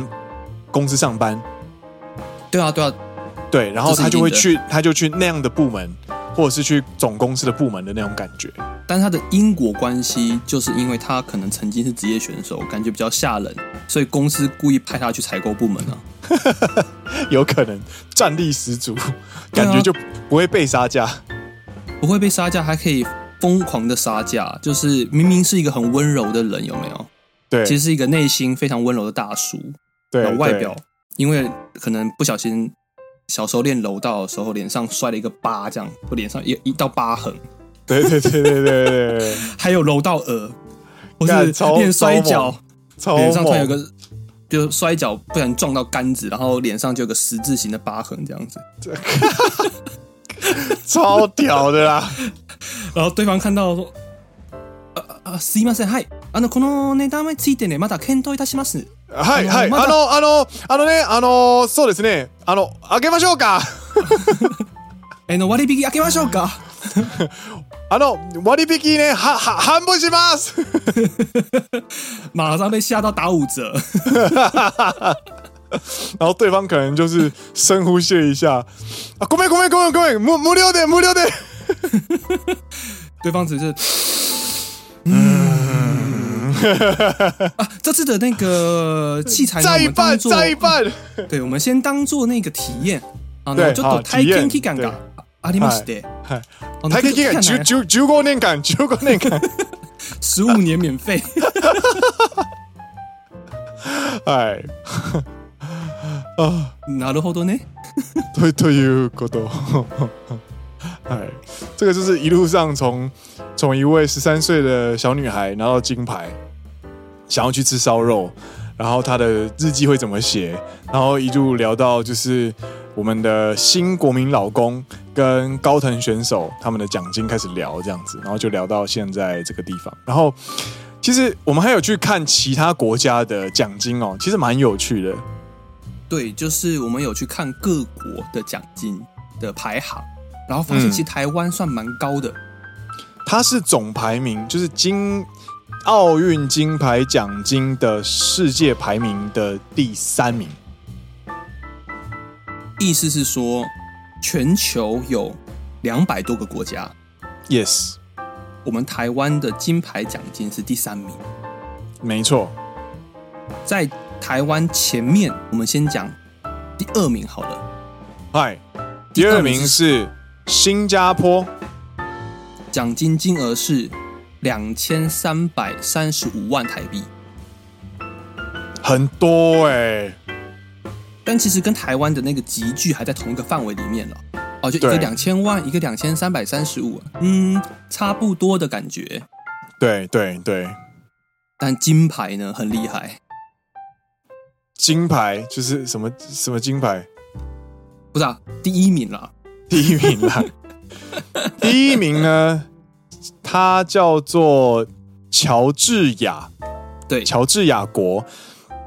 Speaker 1: 公司上班，
Speaker 2: 对啊，对啊，
Speaker 1: 对，然后
Speaker 2: 这是
Speaker 1: 他
Speaker 2: 一
Speaker 1: 就
Speaker 2: 定
Speaker 1: 会
Speaker 2: 的
Speaker 1: 去，他就去那样的部门，或者是去总公司的部门的那种感觉。
Speaker 2: 但他的因果关系就是因为他可能曾经是职业选手，感觉比较吓人，所以公司故意派他去采购部门啊。
Speaker 1: 有可能战力十足，
Speaker 2: 对啊
Speaker 1: 感觉就不会被杀价。
Speaker 2: 不会被杀价，还可以疯狂的杀价，就是明明是一个很温柔的人，有没有？
Speaker 1: 对，
Speaker 2: 其实是一个内心非常温柔的大叔，
Speaker 1: 对
Speaker 2: 然后外
Speaker 1: 对
Speaker 2: 表因为可能不小心小时候练柔道的时候，脸上摔了一个疤，这样或脸上一一道疤痕，
Speaker 1: 对对对对对对对对，
Speaker 2: 还有柔道额，或
Speaker 1: 干
Speaker 2: 是
Speaker 1: 超哦
Speaker 2: 练摔
Speaker 1: 超
Speaker 2: 跤
Speaker 1: 猛，超
Speaker 2: 脸上突然有
Speaker 1: 猛！
Speaker 2: 个就摔跤不然撞到杆子，然后脸上就有个十字形的疤痕这样子，
Speaker 1: 超屌的啦！
Speaker 2: 然后对方看到说。啊啊，すみません、はい。あのこの値段についてね、まだ検討いたします。
Speaker 1: はい
Speaker 2: あ
Speaker 1: はい、
Speaker 2: のまだ
Speaker 1: あの、あの、あのね、あの、そうですね、あの、あげましょうか。
Speaker 2: えーの割引開けましょうか。
Speaker 1: あの、割引ね、は、は、半分します。
Speaker 2: 马上被吓到打五折。
Speaker 1: 然后对方可能就是深呼吸一下，啊，ごめんごめんごめんごめん、無無料で無料で。
Speaker 2: 对方只是，嗯，啊，这次的那个器材呢，
Speaker 1: 再
Speaker 2: 我
Speaker 1: 一
Speaker 2: 们当
Speaker 1: 半，
Speaker 2: 做
Speaker 1: 再一半。
Speaker 2: 对，我们先当做那个体验。啊，
Speaker 1: 对
Speaker 2: 那ちょっ
Speaker 1: 好
Speaker 2: と
Speaker 1: 体
Speaker 2: 体験
Speaker 1: 验
Speaker 2: 期間
Speaker 1: 对
Speaker 2: がありまして、
Speaker 1: はい
Speaker 2: あの
Speaker 1: 体験期間
Speaker 2: 这
Speaker 1: 十
Speaker 2: 个
Speaker 1: 十十五年間、十五年間。 <laughs>
Speaker 2: 十五年免费。
Speaker 1: はい。あ、
Speaker 2: なるほどね。
Speaker 1: <laughs> とということ。 <laughs> 哎，这个就是一路上从从一位十三岁的小女孩拿到金牌，想要去吃烧肉，然后她的日记会怎么写，然后一路聊到就是我们的新国民老公跟高藤选手他们的奖金开始聊这样子，然后就聊到现在这个地方，然后。其实我们还有去看其他国家的奖金哦，其实蛮有趣的。
Speaker 2: 对，就是我们有去看各国的奖金的排行，然后发现
Speaker 1: 嗯
Speaker 2: 其实台湾算蛮高的，
Speaker 1: 它是总排名，就是金奥运金牌奖金的世界排名的第三名。
Speaker 2: 意思是说全球有两百多个国家，
Speaker 1: Yes，
Speaker 2: 我们台湾的金牌奖金是第三名，
Speaker 1: 没错。
Speaker 2: 在台湾前面，我们先讲第二名好了，
Speaker 1: 嗨，
Speaker 2: 第
Speaker 1: 第
Speaker 2: 二
Speaker 1: 二
Speaker 2: 名
Speaker 1: 名是新加坡，
Speaker 2: 奖金金额是两千三百三十五万台币，
Speaker 1: 很多哎、
Speaker 2: 但其实跟台湾的那个集聚还在同一个范围里面了。哦，就一个
Speaker 1: 对
Speaker 2: 两千万，一个两千三百三十五，嗯，差不多的感觉。
Speaker 1: 对对对，
Speaker 2: 但金牌呢，很厉害，
Speaker 1: 金牌就是什么什么金牌，
Speaker 2: 不是啊，第一名啦，
Speaker 1: 第一名啦。第一名呢，它叫做乔治亚，
Speaker 2: 对，
Speaker 1: 乔治亚国，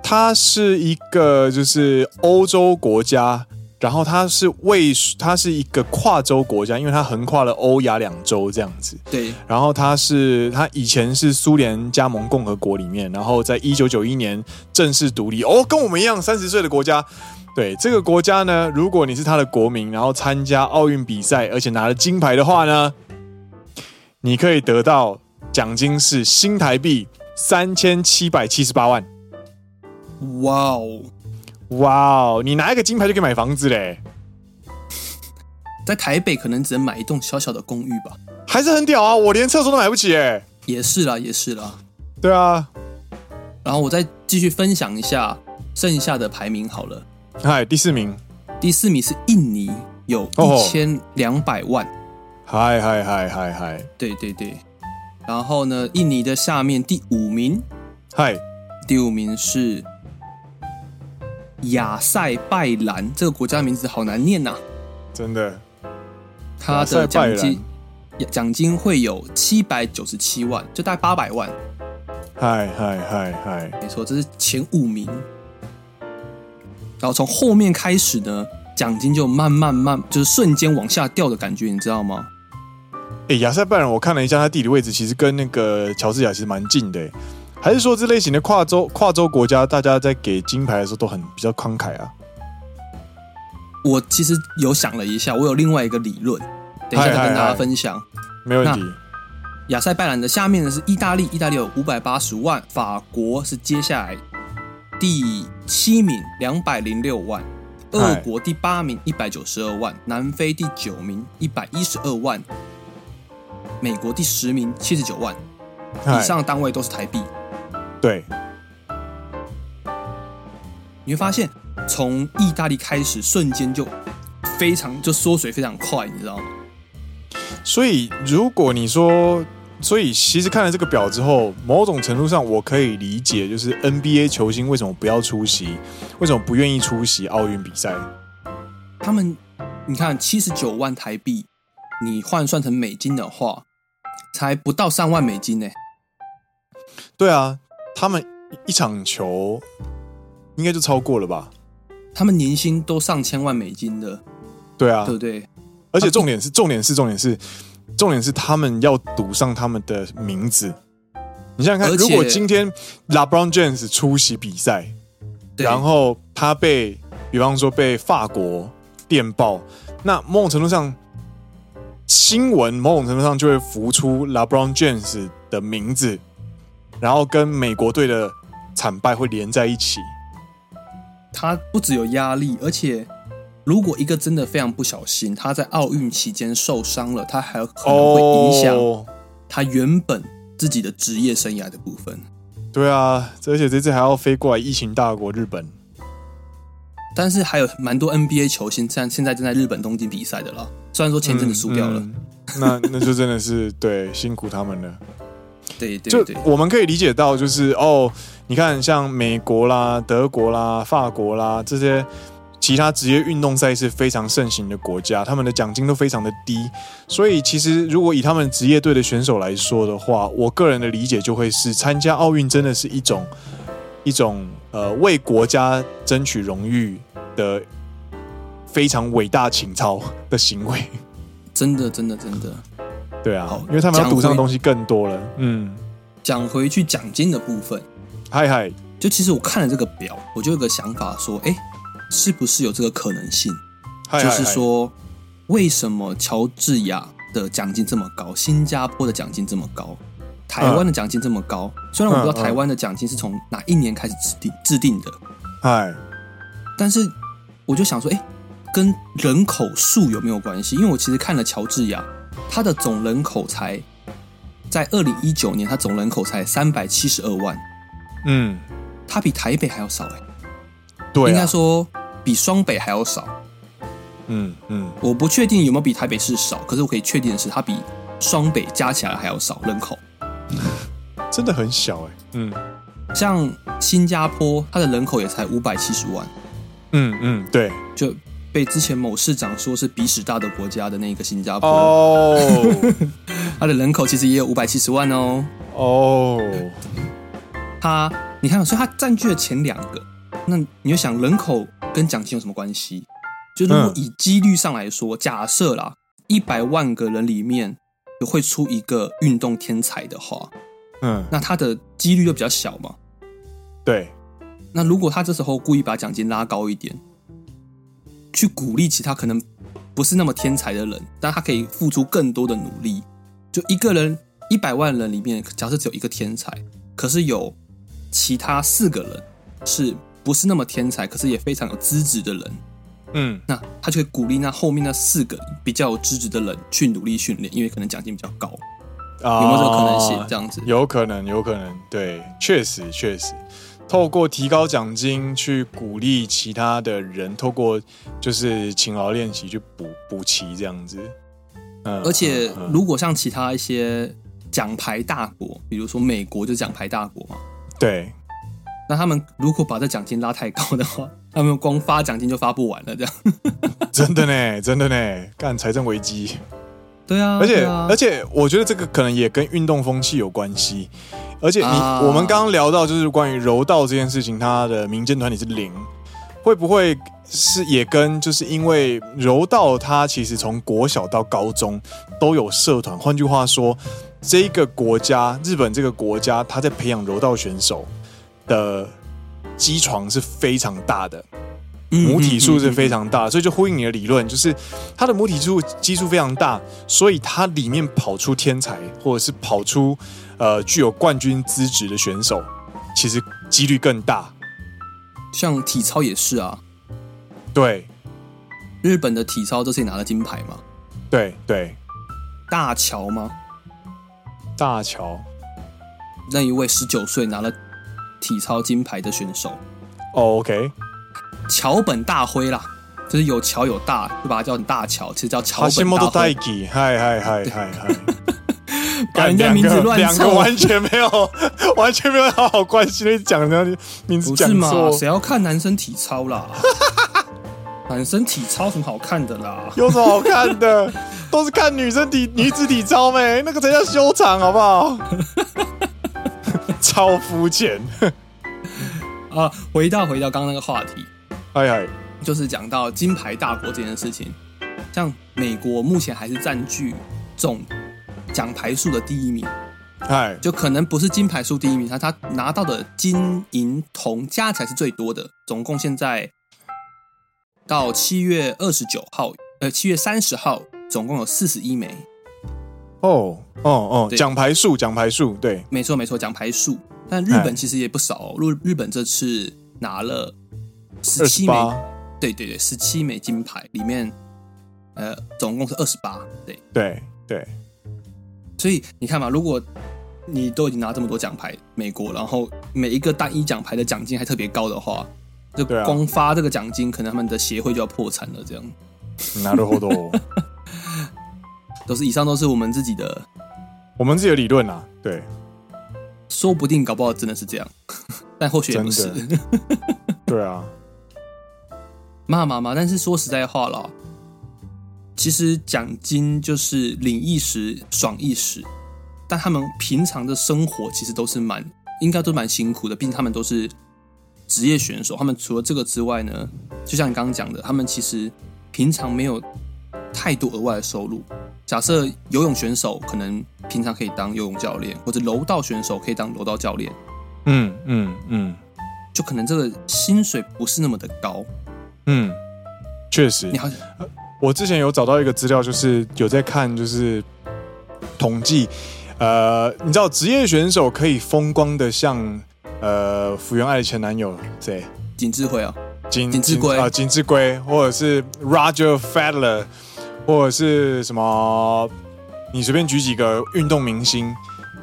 Speaker 1: 它是一个就是欧洲国家，然后它是位它是一个跨洲国家，因为它横跨了欧亚两洲这样子。
Speaker 2: 对，
Speaker 1: 然后它是它以前是苏联加盟共和国里面，然后在一九九一年正式独立。哦，跟我们一样，三十岁的国家。对这个国家呢，如果你是它的国民，然后参加奥运比赛，而且拿了金牌的话呢，你可以得到奖金是新台币三千七百七十八万。
Speaker 2: 哇哦，
Speaker 1: 哇哦，你拿一个金牌就可以买房子嘞，
Speaker 2: 在台北可能只能买一栋小小的公寓吧，
Speaker 1: 还是很屌啊！我连厕所都买不起哎。
Speaker 2: 也是啦，也是啦。
Speaker 1: 对啊，
Speaker 2: 然后我再继续分享一下剩下的排名好了。
Speaker 1: 嗨，第四名，
Speaker 2: 第四名是印尼，有
Speaker 1: 哦
Speaker 2: 一千两百万。
Speaker 1: 嗨嗨嗨嗨嗨
Speaker 2: 对对对。然后呢，印尼的下面第五名，
Speaker 1: 嗨，
Speaker 2: 第五名是亚塞拜然，这个国家名字好难念呐、
Speaker 1: 真的。
Speaker 2: 它的奖
Speaker 1: 亚塞
Speaker 2: 金奖金会有七百九十七万，就大概八百万。
Speaker 1: 嗨嗨嗨嗨，
Speaker 2: 没错，这是前五名。然后从后面开始呢，奖金就慢慢慢，就是瞬间往下掉的感觉，你知道吗？
Speaker 1: 诶，亚塞拜然，我看了一下，它地理位置其实跟那个乔治亚其实蛮近的诶。还是说这类型的跨洲跨洲国家，大家在给金牌的时候都很比较慷慨啊？
Speaker 2: 我其实有想了一下，我有另外一个理论，等一下
Speaker 1: 嗨
Speaker 2: 再
Speaker 1: 嗨
Speaker 2: 跟大家
Speaker 1: 嗨
Speaker 2: 分享。
Speaker 1: 没问题。
Speaker 2: 亚塞拜然的下面呢是意大利，意大利有五百八十万，法国是接下来第七名，两百零六万。
Speaker 1: 嗨
Speaker 2: 俄国第八名一百九十二万，南非第九名一百一十二万，美国第十名七十九万，
Speaker 1: 嗨
Speaker 2: 以上单位都是台币。
Speaker 1: 对，
Speaker 2: 你会发现，从意大利开始，瞬间就非常就缩水非常快，你知道吗？
Speaker 1: 所以如果你说，所以其实看了这个表之后，某种程度上我可以理解，就是 NBA 球星为什么不要出席，为什么不愿意出席奥运比赛？
Speaker 2: 他们，你看七十九万台币，你换算成美金的话，才不到三万美金呢、
Speaker 1: 对啊，他们一场球应该就超过了吧？
Speaker 2: 他们年薪都上千万美金的，
Speaker 1: 对啊
Speaker 2: 对，不对？
Speaker 1: 而且重点是，重点是，重点是，重点是他们要赌上他们的名字。你想想看，
Speaker 2: 而且
Speaker 1: 如果今天 LeBron James 出席比赛，
Speaker 2: 对
Speaker 1: 然后他被，比方说被法国电爆，那某种程度上，新闻某种程度上就会浮出 LeBron James 的名字，然后跟美国队的惨败会连在一起。
Speaker 2: 他不只有压力，而且如果一个真的非常不小心，他在奥运期间受伤了，他还有可能会影响
Speaker 1: 哦
Speaker 2: 他原本自己的职业生涯的部分。
Speaker 1: 对啊，而且这次还要飞过来疫情大国日本。
Speaker 2: 但是还有蛮多 NBA 球星现现在正在日本东京比赛的啦，虽然说前阵子输掉了，
Speaker 1: 嗯嗯那 <laughs> 那就真的是对辛苦他们了。
Speaker 2: 对对
Speaker 1: 就哦
Speaker 2: 对，
Speaker 1: 我们可以理解到，就是哦，你看像美国啦、德国啦、法国啦这些其他职业运动赛事非常盛行的国家，他们的奖金都非常的低，所以其实如果以他们职业队的选手来说的话，我个人的理解就会是，参加奥运真的是一种一种呃为国家争取荣誉的非常伟大情操的行为。
Speaker 2: 真的真的真的。
Speaker 1: 对啊
Speaker 2: 好，
Speaker 1: 因为他们要
Speaker 2: 讲
Speaker 1: 赌上的
Speaker 2: 回
Speaker 1: 东西更多了。嗯，
Speaker 2: 讲回去奖金的部分，
Speaker 1: 嗨嗨，
Speaker 2: 就其实我看了这个表，我就有个想法说，哎，是不是有这个可能性？
Speaker 1: 嗨
Speaker 2: 就
Speaker 1: 嗨
Speaker 2: 是
Speaker 1: 嗨
Speaker 2: 说，为什么乔治亚的奖金这么高，新加坡的奖金这么高，
Speaker 1: 嗯
Speaker 2: 台湾的奖金这么高？虽然我不知
Speaker 1: 嗯
Speaker 2: 道
Speaker 1: 嗯
Speaker 2: 台湾的奖金是从哪一年开始制定制定的，
Speaker 1: 嗨，
Speaker 2: 但是我就想说，哎、跟人口数有没有关系？因为我其实看了乔治亚，它的总人口才在二零一九年，它总人口才三百七十二万，
Speaker 1: 嗯，
Speaker 2: 它比台北还要少、诶
Speaker 1: 对、啊，
Speaker 2: 应该，说比双北还要少。
Speaker 1: 嗯嗯，
Speaker 2: 我不确定有没有比台北市少，可是我可以确定的是，它比双北加起来还要少人口。
Speaker 1: 真的很小哎、嗯
Speaker 2: 像新加坡，它的人口也才五百七十万，
Speaker 1: 嗯嗯，对，
Speaker 2: 就被之前某市长说是鼻屎大的国家的那个新加坡，
Speaker 1: 哦
Speaker 2: 它的人口其实也有五百七十万哦。
Speaker 1: <laughs> 哦，
Speaker 2: 它，你看，所以它占据了前两个。那你就想，人口跟奖金有什么关系？就如果
Speaker 1: 嗯
Speaker 2: 以几率上来说，假设啦，一百万个人里面有会出一个运动天才的话，
Speaker 1: 嗯，
Speaker 2: 那它的几率就比较小嘛。
Speaker 1: 对，
Speaker 2: 那如果他这时候故意把奖金拉高一点，去鼓励其他可能不是那么天才的人，但他可以付出更多的努力。就一个人一百万人里面，假设只有一个天才，可是有其他四个人是不是那么天才，可是也非常有资质的人，
Speaker 1: 嗯
Speaker 2: 那他就会鼓励那后面那四个比较有资质的人去努力训练，因为可能奖金比较高，
Speaker 1: 啊，
Speaker 2: 有没有这个可能性？这样子，
Speaker 1: 有可能，有可能，对，确实确实，透过提高奖金去鼓励其他的人，透过就是勤劳练习去补补齐这样子。嗯，
Speaker 2: 而且
Speaker 1: 嗯嗯
Speaker 2: 如果像其他一些奖牌大国，比如说美国就奖牌大国嘛，
Speaker 1: 对，
Speaker 2: 那他们如果把这奖金拉太高的话， <laughs> 他们光发奖金就发不完了，这样。
Speaker 1: 真的呢，真的呢，干财政危机。
Speaker 2: 对啊，
Speaker 1: 而且、
Speaker 2: 对啊
Speaker 1: 而且，我觉得这个可能也跟运动风气有关系。而且你、
Speaker 2: 啊
Speaker 1: 我们刚刚聊到就是关于柔道这件事情，它的民间团体是零，会不会是也跟就是因为柔道它其实从国小到高中都有社团，换句话说，这个国家日本这个国家，它在培养柔道选手的基床是非常大的。
Speaker 2: 嗯
Speaker 1: 母体数是非
Speaker 2: 嗯
Speaker 1: 常大，所以就呼应你的理论，就是它的母体数基数非常大，所以它里面跑出天才或者是跑出呃具有冠军资质的选手，其实几率更大。
Speaker 2: 嗯像体操也是啊，
Speaker 1: 对
Speaker 2: 日本的体操这次也拿了金牌嘛，
Speaker 1: 对对，
Speaker 2: 大乔吗？
Speaker 1: 大乔
Speaker 2: 那一位十九岁拿了体操金牌的选手，
Speaker 1: 哦，OK，
Speaker 2: 桥本大辉啦，就是有桥有大，就把他叫成大桥，其实叫桥
Speaker 1: 哈西
Speaker 2: 本
Speaker 1: 莫
Speaker 2: 大
Speaker 1: 多
Speaker 2: 辉
Speaker 1: 代。基，嗨嗨嗨嗨
Speaker 2: <laughs>
Speaker 1: 嗨，
Speaker 2: 把人家名字乱
Speaker 1: 两个
Speaker 2: 凑
Speaker 1: 完全没有 <laughs> 完全没有好好关系，那讲的名字
Speaker 2: 不
Speaker 1: 讲
Speaker 2: 是嘛？
Speaker 1: 错
Speaker 2: 谁，要看男生体操啦？ <laughs> 男生体操什么好看的啦？
Speaker 1: <laughs> 有什么好看的？都是看女生体女子体操呗，那个才叫修长，好不好？超肤浅，
Speaker 2: 啊，回到回到刚刚那个话题，
Speaker 1: 哎哎，
Speaker 2: 就是讲到金牌大国这件事情，像美国目前还是占据总奖牌数的第一名，
Speaker 1: 哎，
Speaker 2: 就可能不是金牌数第一名，他他拿到的金银铜加起来是最多的，总共现在到七月二十九号，呃，七月三十号，总共有四十一枚，
Speaker 1: 哦哦哦，
Speaker 2: 对
Speaker 1: 奖牌数，奖牌数，对，
Speaker 2: 没错没错，奖牌数。但日
Speaker 1: 哎
Speaker 2: 本其实也不少、哦，日日本这次拿了
Speaker 1: 二
Speaker 2: 十七
Speaker 1: 十
Speaker 2: 枚
Speaker 1: 八，
Speaker 2: 对对对，十七枚金牌里面，呃，总共是二十八。对，
Speaker 1: 对对，
Speaker 2: 所以你看嘛，如果你都已经拿这么多奖牌，美国，然后每一个单一奖牌的奖金还特别高的话，就
Speaker 1: 对啊
Speaker 2: 光发这个奖金，可能他们的协会就要破产了。这样，
Speaker 1: 拿得活
Speaker 2: <laughs>
Speaker 1: 多。哦
Speaker 2: 都是以上都是我们自己的，
Speaker 1: 我们自己的理论啊，对，
Speaker 2: 说不定搞不好真的是这样， <laughs> 但或许也不是
Speaker 1: 真。对啊，
Speaker 2: 骂妈妈，但是说实在话啦，其实奖金就是领一时爽一时，但他们平常的生活其实都是蛮应该都蛮辛苦的，毕竟他们都是职业选手。他们除了这个之外呢，就像你刚刚讲的，他们其实平常没有太多额外的收入，假设游泳选手可能平常可以当游泳教练，或者柔道选手可以当柔道教练，
Speaker 1: 嗯嗯嗯
Speaker 2: 就可能这个薪水不是那么的高。
Speaker 1: 嗯，确实
Speaker 2: 你，好像，
Speaker 1: 我之前有找到一个资料，就是有在看，就是统计，呃，你知道职业选手可以风光的像呃福原爱的前男友谁？
Speaker 2: 景智慧啊，
Speaker 1: 金
Speaker 2: 金志圭
Speaker 1: 啊、金志圭，或者是 Roger Federer，或者是什么，你随便举几个运动明星，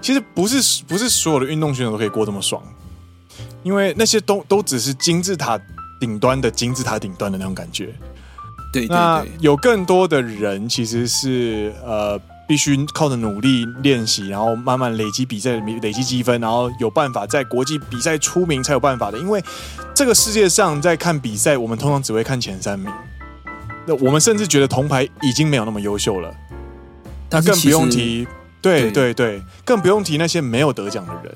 Speaker 1: 其实不是不是所有的运动选手都可以过这么爽，因为那些都都只是金字塔顶端的金字塔顶端的那种感觉。
Speaker 2: 对对
Speaker 1: 那
Speaker 2: 对，
Speaker 1: 有更多的人其实是呃，必须靠着努力练习，然后慢慢累积比赛、累积积分，然后有办法在国际比赛出名才有办法的。因为这个世界上在看比赛，我们通常只会看前三名，那我们甚至觉得铜牌已经没有那么优秀了，
Speaker 2: 但是
Speaker 1: 更
Speaker 2: 其
Speaker 1: 不用
Speaker 2: 实
Speaker 1: 提，对
Speaker 2: 对
Speaker 1: 对对，更不用提那些没有得奖的人。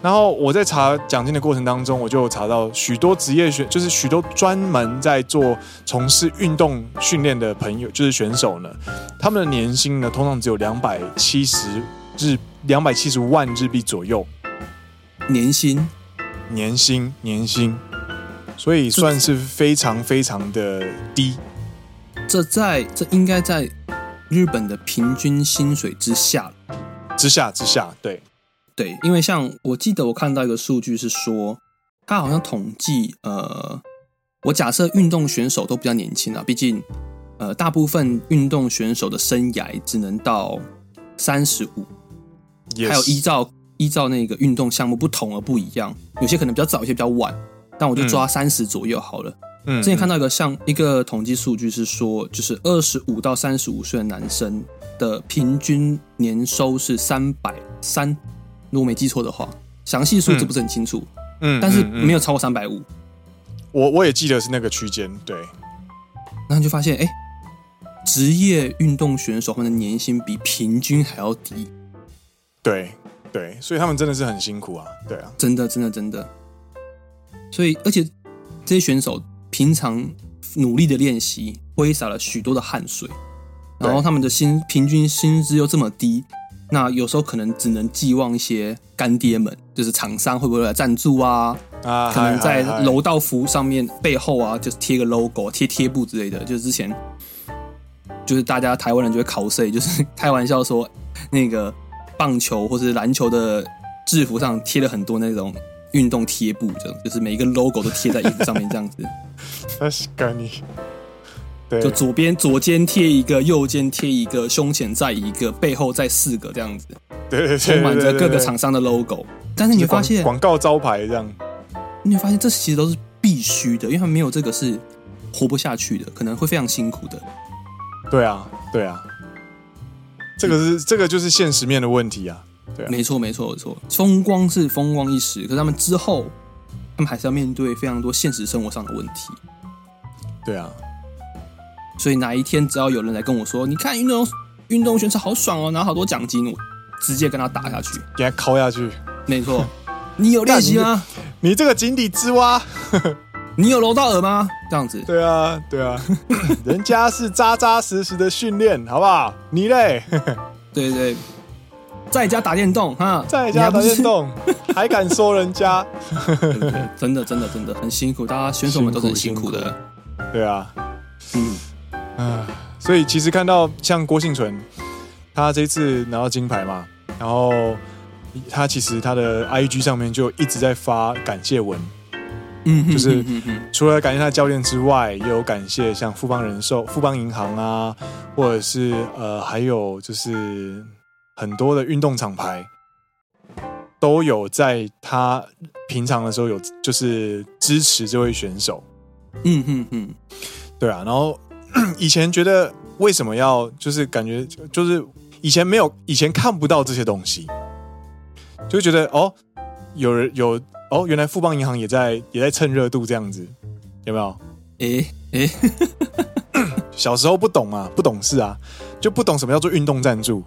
Speaker 1: 然后我在查奖金的过程当中，我就有查到许多职业选，就是许多专门在做从事运动训练的朋友，就是选手呢，他们的年薪呢，通常只有两百七十日两百七十万日币左右，
Speaker 2: 年薪
Speaker 1: 年薪年薪，所以算是非常非常的低。
Speaker 2: 这在这应该在日本的平均薪水之下了
Speaker 1: 之下之下，对，
Speaker 2: 对，因为像我记得我看到一个数据是说，他好像统计，呃，我假设运动选手都比较年轻啊，毕竟，呃，大部分运动选手的生涯只能到三十五，
Speaker 1: 也
Speaker 2: 还有依照依照那个运动项目不同而不一样，有些可能比较早，有些比较晚，但我就抓三十左右好了。
Speaker 1: 嗯
Speaker 2: 之前看
Speaker 1: 到
Speaker 2: 到一个像一个统计数据是说，就是二十五到三十五岁的男生的平均年收是三百三，如果没记错的话，详细数字不是很清楚，
Speaker 1: 嗯
Speaker 2: 但是
Speaker 1: 嗯嗯
Speaker 2: 没有超过三百五。
Speaker 1: 我我也记得是那个区间，对，
Speaker 2: 然后你就发现，哎、职业运动选手他们的年薪比平均还要低，
Speaker 1: 对对，所以他们真的是很辛苦啊，对啊，
Speaker 2: 真的，真的，真的。所以，而且这些选手平常努力的练习，挥洒了许多的汗水，
Speaker 1: 对
Speaker 2: 然后他们的薪平均薪资又这么低，那有时候可能只能寄望一些干爹们，就是厂商会不会来赞助啊？
Speaker 1: 啊，
Speaker 2: 可能在
Speaker 1: 嗨嗨嗨 <laughs>
Speaker 2: 楼道服上面背后
Speaker 1: 哎
Speaker 2: 啊，就是贴个 logo、贴贴布之类的。就是之前，就是大家台湾人就会 cos，就是开玩笑说，那个棒球或是篮球的制服上贴了很多那种运动贴布，这样就是每一个 logo 都贴在衣服上面，这样子。
Speaker 1: 確かに。 <laughs> 对
Speaker 2: 就左边左肩贴一个，右肩贴一个，胸前再一个，背后再四个，这样子，
Speaker 1: 对对对，
Speaker 2: 充满着
Speaker 1: 对
Speaker 2: 各个厂，商的 logo。但是
Speaker 1: 对对
Speaker 2: 你会发现，
Speaker 1: 广广告招牌这样，
Speaker 2: 你会发现这其实都是必须的，因为他们没有这个是活不下去的，可能会非常辛苦的。
Speaker 1: 对啊对啊，这个是这个就是现实面的问题啊，对啊，
Speaker 2: 没错，没错，没错。风光是风光一时，可是他们之后，他们还是要面对非常多现实生活上的问题。
Speaker 1: 对啊，
Speaker 2: 所以哪一天只要有人来跟我说，你看运动运动选手好爽哦，拿好多奖金，我直接跟他打下去。
Speaker 1: 给他敲下去，<laughs>
Speaker 2: 没错，你有练习吗？
Speaker 1: 你这个井底之蛙，
Speaker 2: 你有楼道耳吗？这样子，
Speaker 1: 对啊对
Speaker 2: <laughs>
Speaker 1: 啊，人家是扎扎实实的训练，好不好？你嘞，
Speaker 2: 对对对，在家打电动哈，
Speaker 1: 在
Speaker 2: 你
Speaker 1: 家
Speaker 2: 还不
Speaker 1: 打
Speaker 2: 是
Speaker 1: 电，动还敢说人家？
Speaker 2: 对对对真的真的真的很辛苦，大家选手们都是很辛苦
Speaker 1: 辛
Speaker 2: 的。
Speaker 1: 对啊，
Speaker 2: 嗯，
Speaker 1: 啊，所以其实看到像郭幸存，他这次拿到金牌嘛，然后他其实他的 IG 上面就一直在发感谢文，
Speaker 2: 嗯哼，
Speaker 1: 就是
Speaker 2: 嗯哼哼哼
Speaker 1: 除了感谢他的教练之外，也有感谢像富邦人寿、富邦银行啊，或者是呃，还有就是很多的运动厂牌都有在他平常的时候有就是支持这位选手。
Speaker 2: 嗯哼哼，
Speaker 1: 对啊，然后 <clears throat> 以前觉得为什么要，就是感觉就是以前没有，以前看不到这些东西，就觉得哦，有人有哦，原来富邦银行也在也在趁热度这样子，有没有？
Speaker 2: 诶诶，
Speaker 1: 小时候不懂啊，不懂事啊，就不懂什么叫做运动赞助。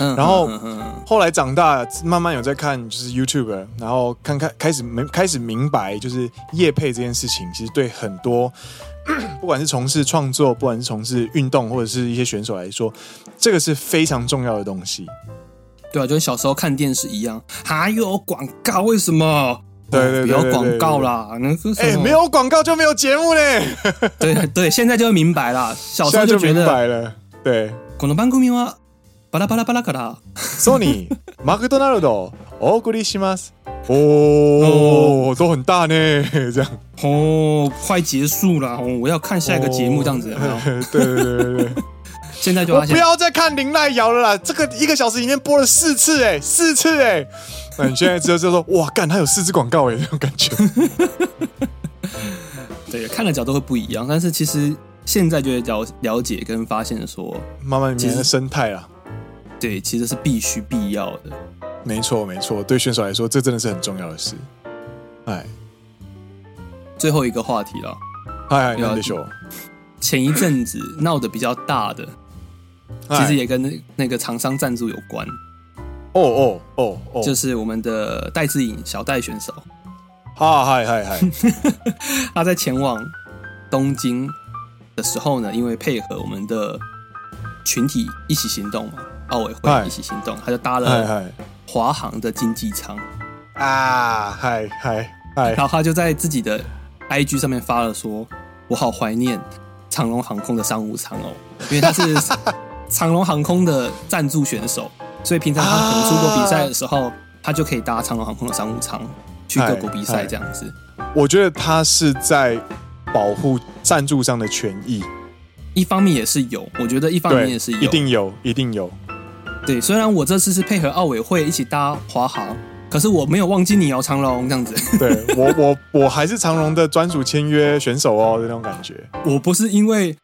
Speaker 2: 嗯，
Speaker 1: 然后
Speaker 2: 嗯嗯嗯嗯
Speaker 1: 后来长大，慢慢有在看就是 YouTube，然后看看开始明开始明白，就是业配这件事情，其实对很多 <coughs> 不管是从事创作，不管是从事运动或者是一些选手来说，这个是非常重要的东西。
Speaker 2: 对啊，就跟小时候看电视一样，还有广告，为什么？哦
Speaker 1: 对对对
Speaker 2: 不要广告啦，那个
Speaker 1: 哎、
Speaker 2: 什么
Speaker 1: 没，有广告就没有节
Speaker 2: <laughs>
Speaker 1: 目嘞，
Speaker 2: 对对，现在就明白啦。小时
Speaker 1: 现在
Speaker 2: 候
Speaker 1: 就
Speaker 2: 觉
Speaker 1: 明
Speaker 2: 得，
Speaker 1: 白了。对
Speaker 2: この番組は巴拉巴拉巴拉卡拉， <laughs>
Speaker 1: ，Sony マクドナルドお送りします。哦，都很大呢，这样。
Speaker 2: 哦，快结束啦，哦我要看下一个节目这样子。有没有
Speaker 1: <laughs> 对对对对对。
Speaker 2: 现在就
Speaker 1: 哦我
Speaker 2: 发现
Speaker 1: 不，要再看林奈瑶了啦！这个一个小时里面播了四次哎、四次哎、那你现在只有就说哇，干，他有四支广告哎、那种感
Speaker 2: <laughs>
Speaker 1: 觉。
Speaker 2: 对，看的角度会不一样，但是其实现在就会了了解跟发现说，
Speaker 1: 慢慢
Speaker 2: 其
Speaker 1: 变
Speaker 2: 实
Speaker 1: 成生态啦，
Speaker 2: 对，其实是必须必要的。
Speaker 1: 没错没错，对选手来说，这真的是很重要的事。哎
Speaker 2: 最后一个话题了，
Speaker 1: 哎，
Speaker 2: 了
Speaker 1: なん
Speaker 2: 解
Speaker 1: でしょう。
Speaker 2: 前一阵子闹得比较大的，其实也跟那那个厂商赞助有关，
Speaker 1: 哎哦哦哦哦，
Speaker 2: 就是我们的戴志颖小戴选手，
Speaker 1: 啊嗨嗨
Speaker 2: <laughs>
Speaker 1: 嗨，
Speaker 2: 他在前往东京的时候呢，因为配合我们的群体一起行动嘛，奥委
Speaker 1: 嗨
Speaker 2: 会一起行动，他就搭
Speaker 1: 嗨
Speaker 2: 了
Speaker 1: 嗨
Speaker 2: 华航的经济舱，
Speaker 1: 啊嗨嗨嗨
Speaker 2: 然后他就在自己的 IG 上面发了说：“我好怀念长龙航空的商务舱哦，因为
Speaker 1: <laughs>
Speaker 2: 他是长龙航空的赞助选手，所以平常他可能出国比赛的时候，他就可以搭长龙航空的商务舱去各国比
Speaker 1: 啊嗨嗨
Speaker 2: 赛这样子。
Speaker 1: 我觉得他是在保护赞助商的权益，
Speaker 2: 一方面也是有，我觉得一方面
Speaker 1: 对
Speaker 2: 也是，有，
Speaker 1: 一定有，一定有。
Speaker 2: 对。虽然我这次是配合奥委会一起搭华航，可是我没有忘记你哦，长龙这样子。 <laughs>
Speaker 1: 对我我我还是长荣的专属签约选手哦，那种感觉。
Speaker 2: 我不是因为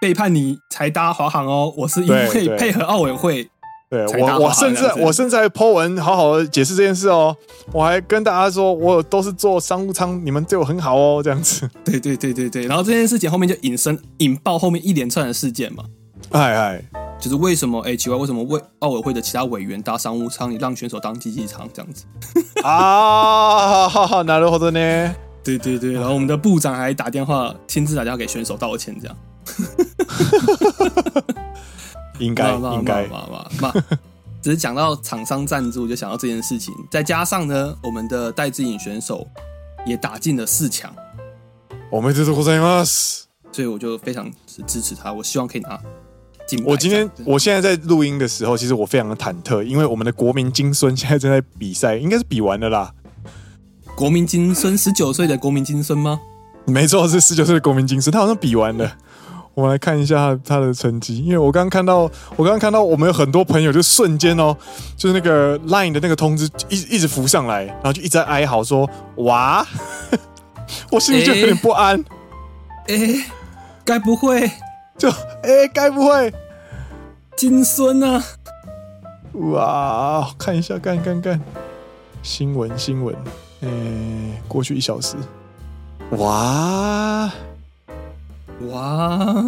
Speaker 2: 背叛你才搭华航哦，我是因
Speaker 1: 对
Speaker 2: 为
Speaker 1: 对
Speaker 2: 配合奥委会
Speaker 1: 对
Speaker 2: 才搭
Speaker 1: 我
Speaker 2: 华
Speaker 1: 我
Speaker 2: 航
Speaker 1: 甚至
Speaker 2: 这样子
Speaker 1: 我甚至还 po 文好好的解释这件事哦，我还跟大家说我都是做商务舱，你们对我很好哦，这样子。
Speaker 2: 对对对对对，然后这件事情后面就引申引爆后面一连串的事件嘛，
Speaker 1: 哎哎，
Speaker 2: 就是为什么哎奇怪，为什么为奥委会的其他委员搭商务舱，你让选手当经济舱这样子？
Speaker 1: 啊，なるほどね。
Speaker 2: 对对对，然后我们的部长还打电话亲自打电话给选手道歉，这样
Speaker 1: 应该
Speaker 2: 嘛
Speaker 1: 应该，
Speaker 2: 嘛嘛嘛嘛只是讲到厂商赞助，就想到这件事情，再加上呢，我们的戴志颖选手也打进了四强，
Speaker 1: 我们这是ございます。
Speaker 2: 所以我就非常支持他，我希望可以拿金牌这样子。
Speaker 1: 我今天我现在在录音的时候，其实我非常的忐忑，因为我们的国民金孙现在正在比赛，应该是比完了啦。
Speaker 2: 国民金孙十九岁的国民金孙吗？
Speaker 1: 没错，是十九岁的国民金身，他好像比完了。我们来看一下他的成绩，因为我刚刚看到，我刚刚看到我们有很多朋友就瞬间哦，就是那个 Line 的那个通知一直一直浮上来，然后就一直在哀嚎说：“哇！” <laughs> 我心里就有点不安，
Speaker 2: 哎、该不会
Speaker 1: 就哎，该、不会
Speaker 2: 金孙啊？
Speaker 1: 哇？看一下，干干干，新闻新闻，哎、过去一小时，哇！
Speaker 2: 哇，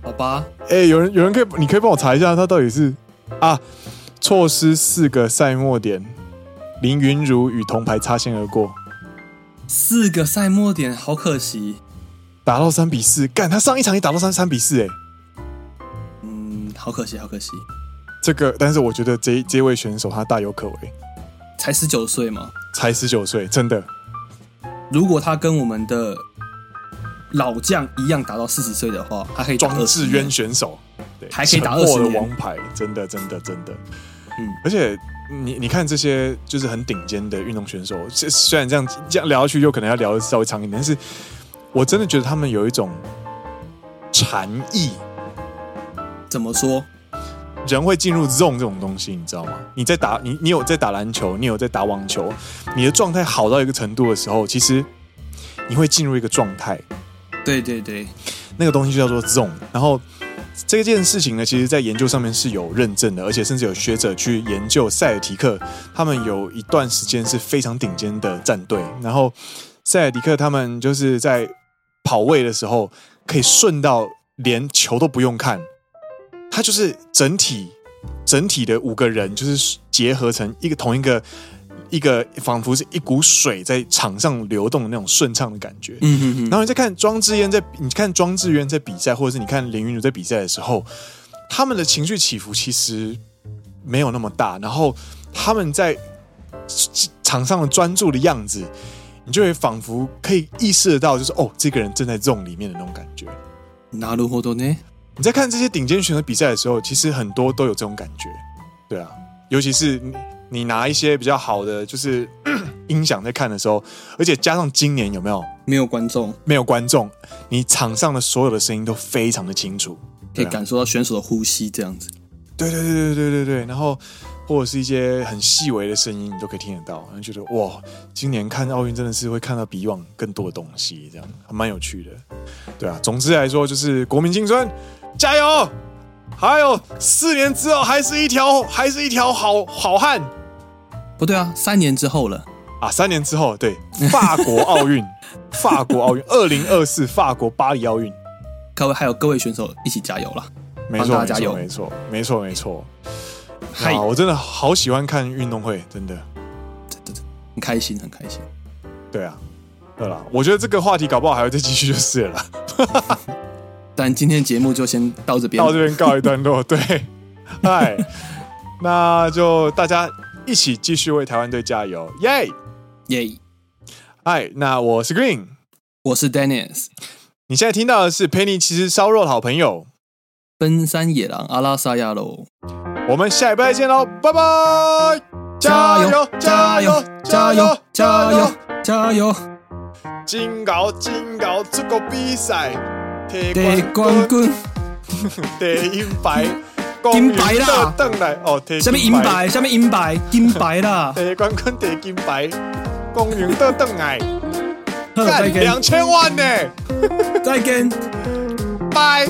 Speaker 2: 好吧，
Speaker 1: 哎、有人有人可以，你可以帮我查一下，他到底是啊，错失四个赛末点，林云如与铜牌擦肩而过，
Speaker 2: 四个赛末点，好可惜。
Speaker 1: 打到三比四，干他上一场也打到三三比四，哎，
Speaker 2: 嗯，好可惜，好可惜，
Speaker 1: 这个，但是我觉得这这位选手他大有可为，
Speaker 2: 才十九岁嘛。
Speaker 1: 才十九岁，真的，
Speaker 2: 如果他跟我们的老将一样打到四十岁的话，他可以打
Speaker 1: 庄智
Speaker 2: 20
Speaker 1: 渊
Speaker 2: 年。
Speaker 1: 选手，对，
Speaker 2: 嗯还可以打
Speaker 1: 沉默
Speaker 2: 20
Speaker 1: 的
Speaker 2: 年
Speaker 1: 王牌，真的真的真的，
Speaker 2: 嗯，
Speaker 1: 而且。你你看这些就是很顶尖的运动选手，虽虽然这样这样聊下去，有可能要聊得稍微长一点，但是我真的觉得他们有一种禅意，
Speaker 2: 怎么说？
Speaker 1: 人会进入 zone 这种东西，你知道吗？你在打你你有在打篮球，你有在打网球，你的状态好到一个程度的时候，其实你会进入一个状态，
Speaker 2: 对对对，
Speaker 1: 那个东西就叫做 zone。然后这件事情呢，其实在研究上面是有认证的，而且甚至有学者去研究塞尔提克，他们有一段时间是非常顶尖的战队。然后塞尔提克他们就是在跑位的时候，可以顺到连球都不用看，他就是整体整体的五个人就是结合成一个同一个一个，仿佛是一股水在场上流动的那种顺畅的感觉。
Speaker 2: 嗯哼哼，
Speaker 1: 然后你再看庄智渊在你看庄智渊在比赛，或者是你看林云儒在比赛的时候，他们的情绪起伏其实没有那么大，然后他们在场上的专注的样子，你就会仿佛可以意识得到，就是哦，这个人正在 zone 里面的那种感觉。
Speaker 2: なるほどね。
Speaker 1: 你在看这些顶尖选手比赛的时候，其实很多都有这种感觉，对啊，尤其是你你拿一些比较好的就是音响在看的时候，而且加上今年有没有？
Speaker 2: 没有观众
Speaker 1: 没有观众，你场上的所有的声音都非常的清楚。
Speaker 2: 可
Speaker 1: 对
Speaker 2: 以
Speaker 1: 啊
Speaker 2: 感受到选手的呼吸这样子。
Speaker 1: 对对对对对对对，然后或者是一些很细微的声音，你都可以听得到，然后觉得哇，今年看奥运真的是会看到比以往更多的东西，这样还蛮有趣的。对啊，总之来说就是国民竞争，加油！还有四年之后还是一条还是一条好好汉
Speaker 2: 不对啊，三年之后了，
Speaker 1: 啊！三年之后，对法国奥运，法国奥运，二零二四法国巴黎奥运。
Speaker 2: 各位还有各位选手一起加油啦！
Speaker 1: 没错，
Speaker 2: 帮大
Speaker 1: 没
Speaker 2: 家加油
Speaker 1: 错，没错，没错，没错。
Speaker 2: 嗨
Speaker 1: 啊，我真的好喜欢看运动会，真的。
Speaker 2: 很开心，很开心。
Speaker 1: 对啊，对啦，我觉得这个话题搞不好还会再继续就是了啦。
Speaker 2: 但今天的节目就先到这边
Speaker 1: 到，这边告一段落，对，嗨，那就大家一起继续为台湾队加油，耶！
Speaker 2: 耶
Speaker 1: 嗨，那我是 Green，
Speaker 2: 我是 Dennis，
Speaker 1: 你现在听到的是陪你其实烧肉的好朋友，
Speaker 2: 奔山野狼阿拉萨亚喽，
Speaker 1: 我们下礼拜见喽，拜拜！加油！
Speaker 2: 加
Speaker 1: 加
Speaker 2: 油
Speaker 1: 油！
Speaker 2: 加
Speaker 1: 加油
Speaker 2: 油！加油！
Speaker 1: 真牛真牛出国比赛，摕
Speaker 2: 得冠军，
Speaker 1: 摕银牌，
Speaker 2: 金牌啦
Speaker 1: 倒转来哦，摕！
Speaker 2: 下面银，牌，下面银牌，金牌啦
Speaker 1: 摕冠军摕金牌，公园倒转来，
Speaker 2: 呵再
Speaker 1: 干
Speaker 2: 见
Speaker 1: 两，千万呢，
Speaker 2: 再见。
Speaker 1: 拜。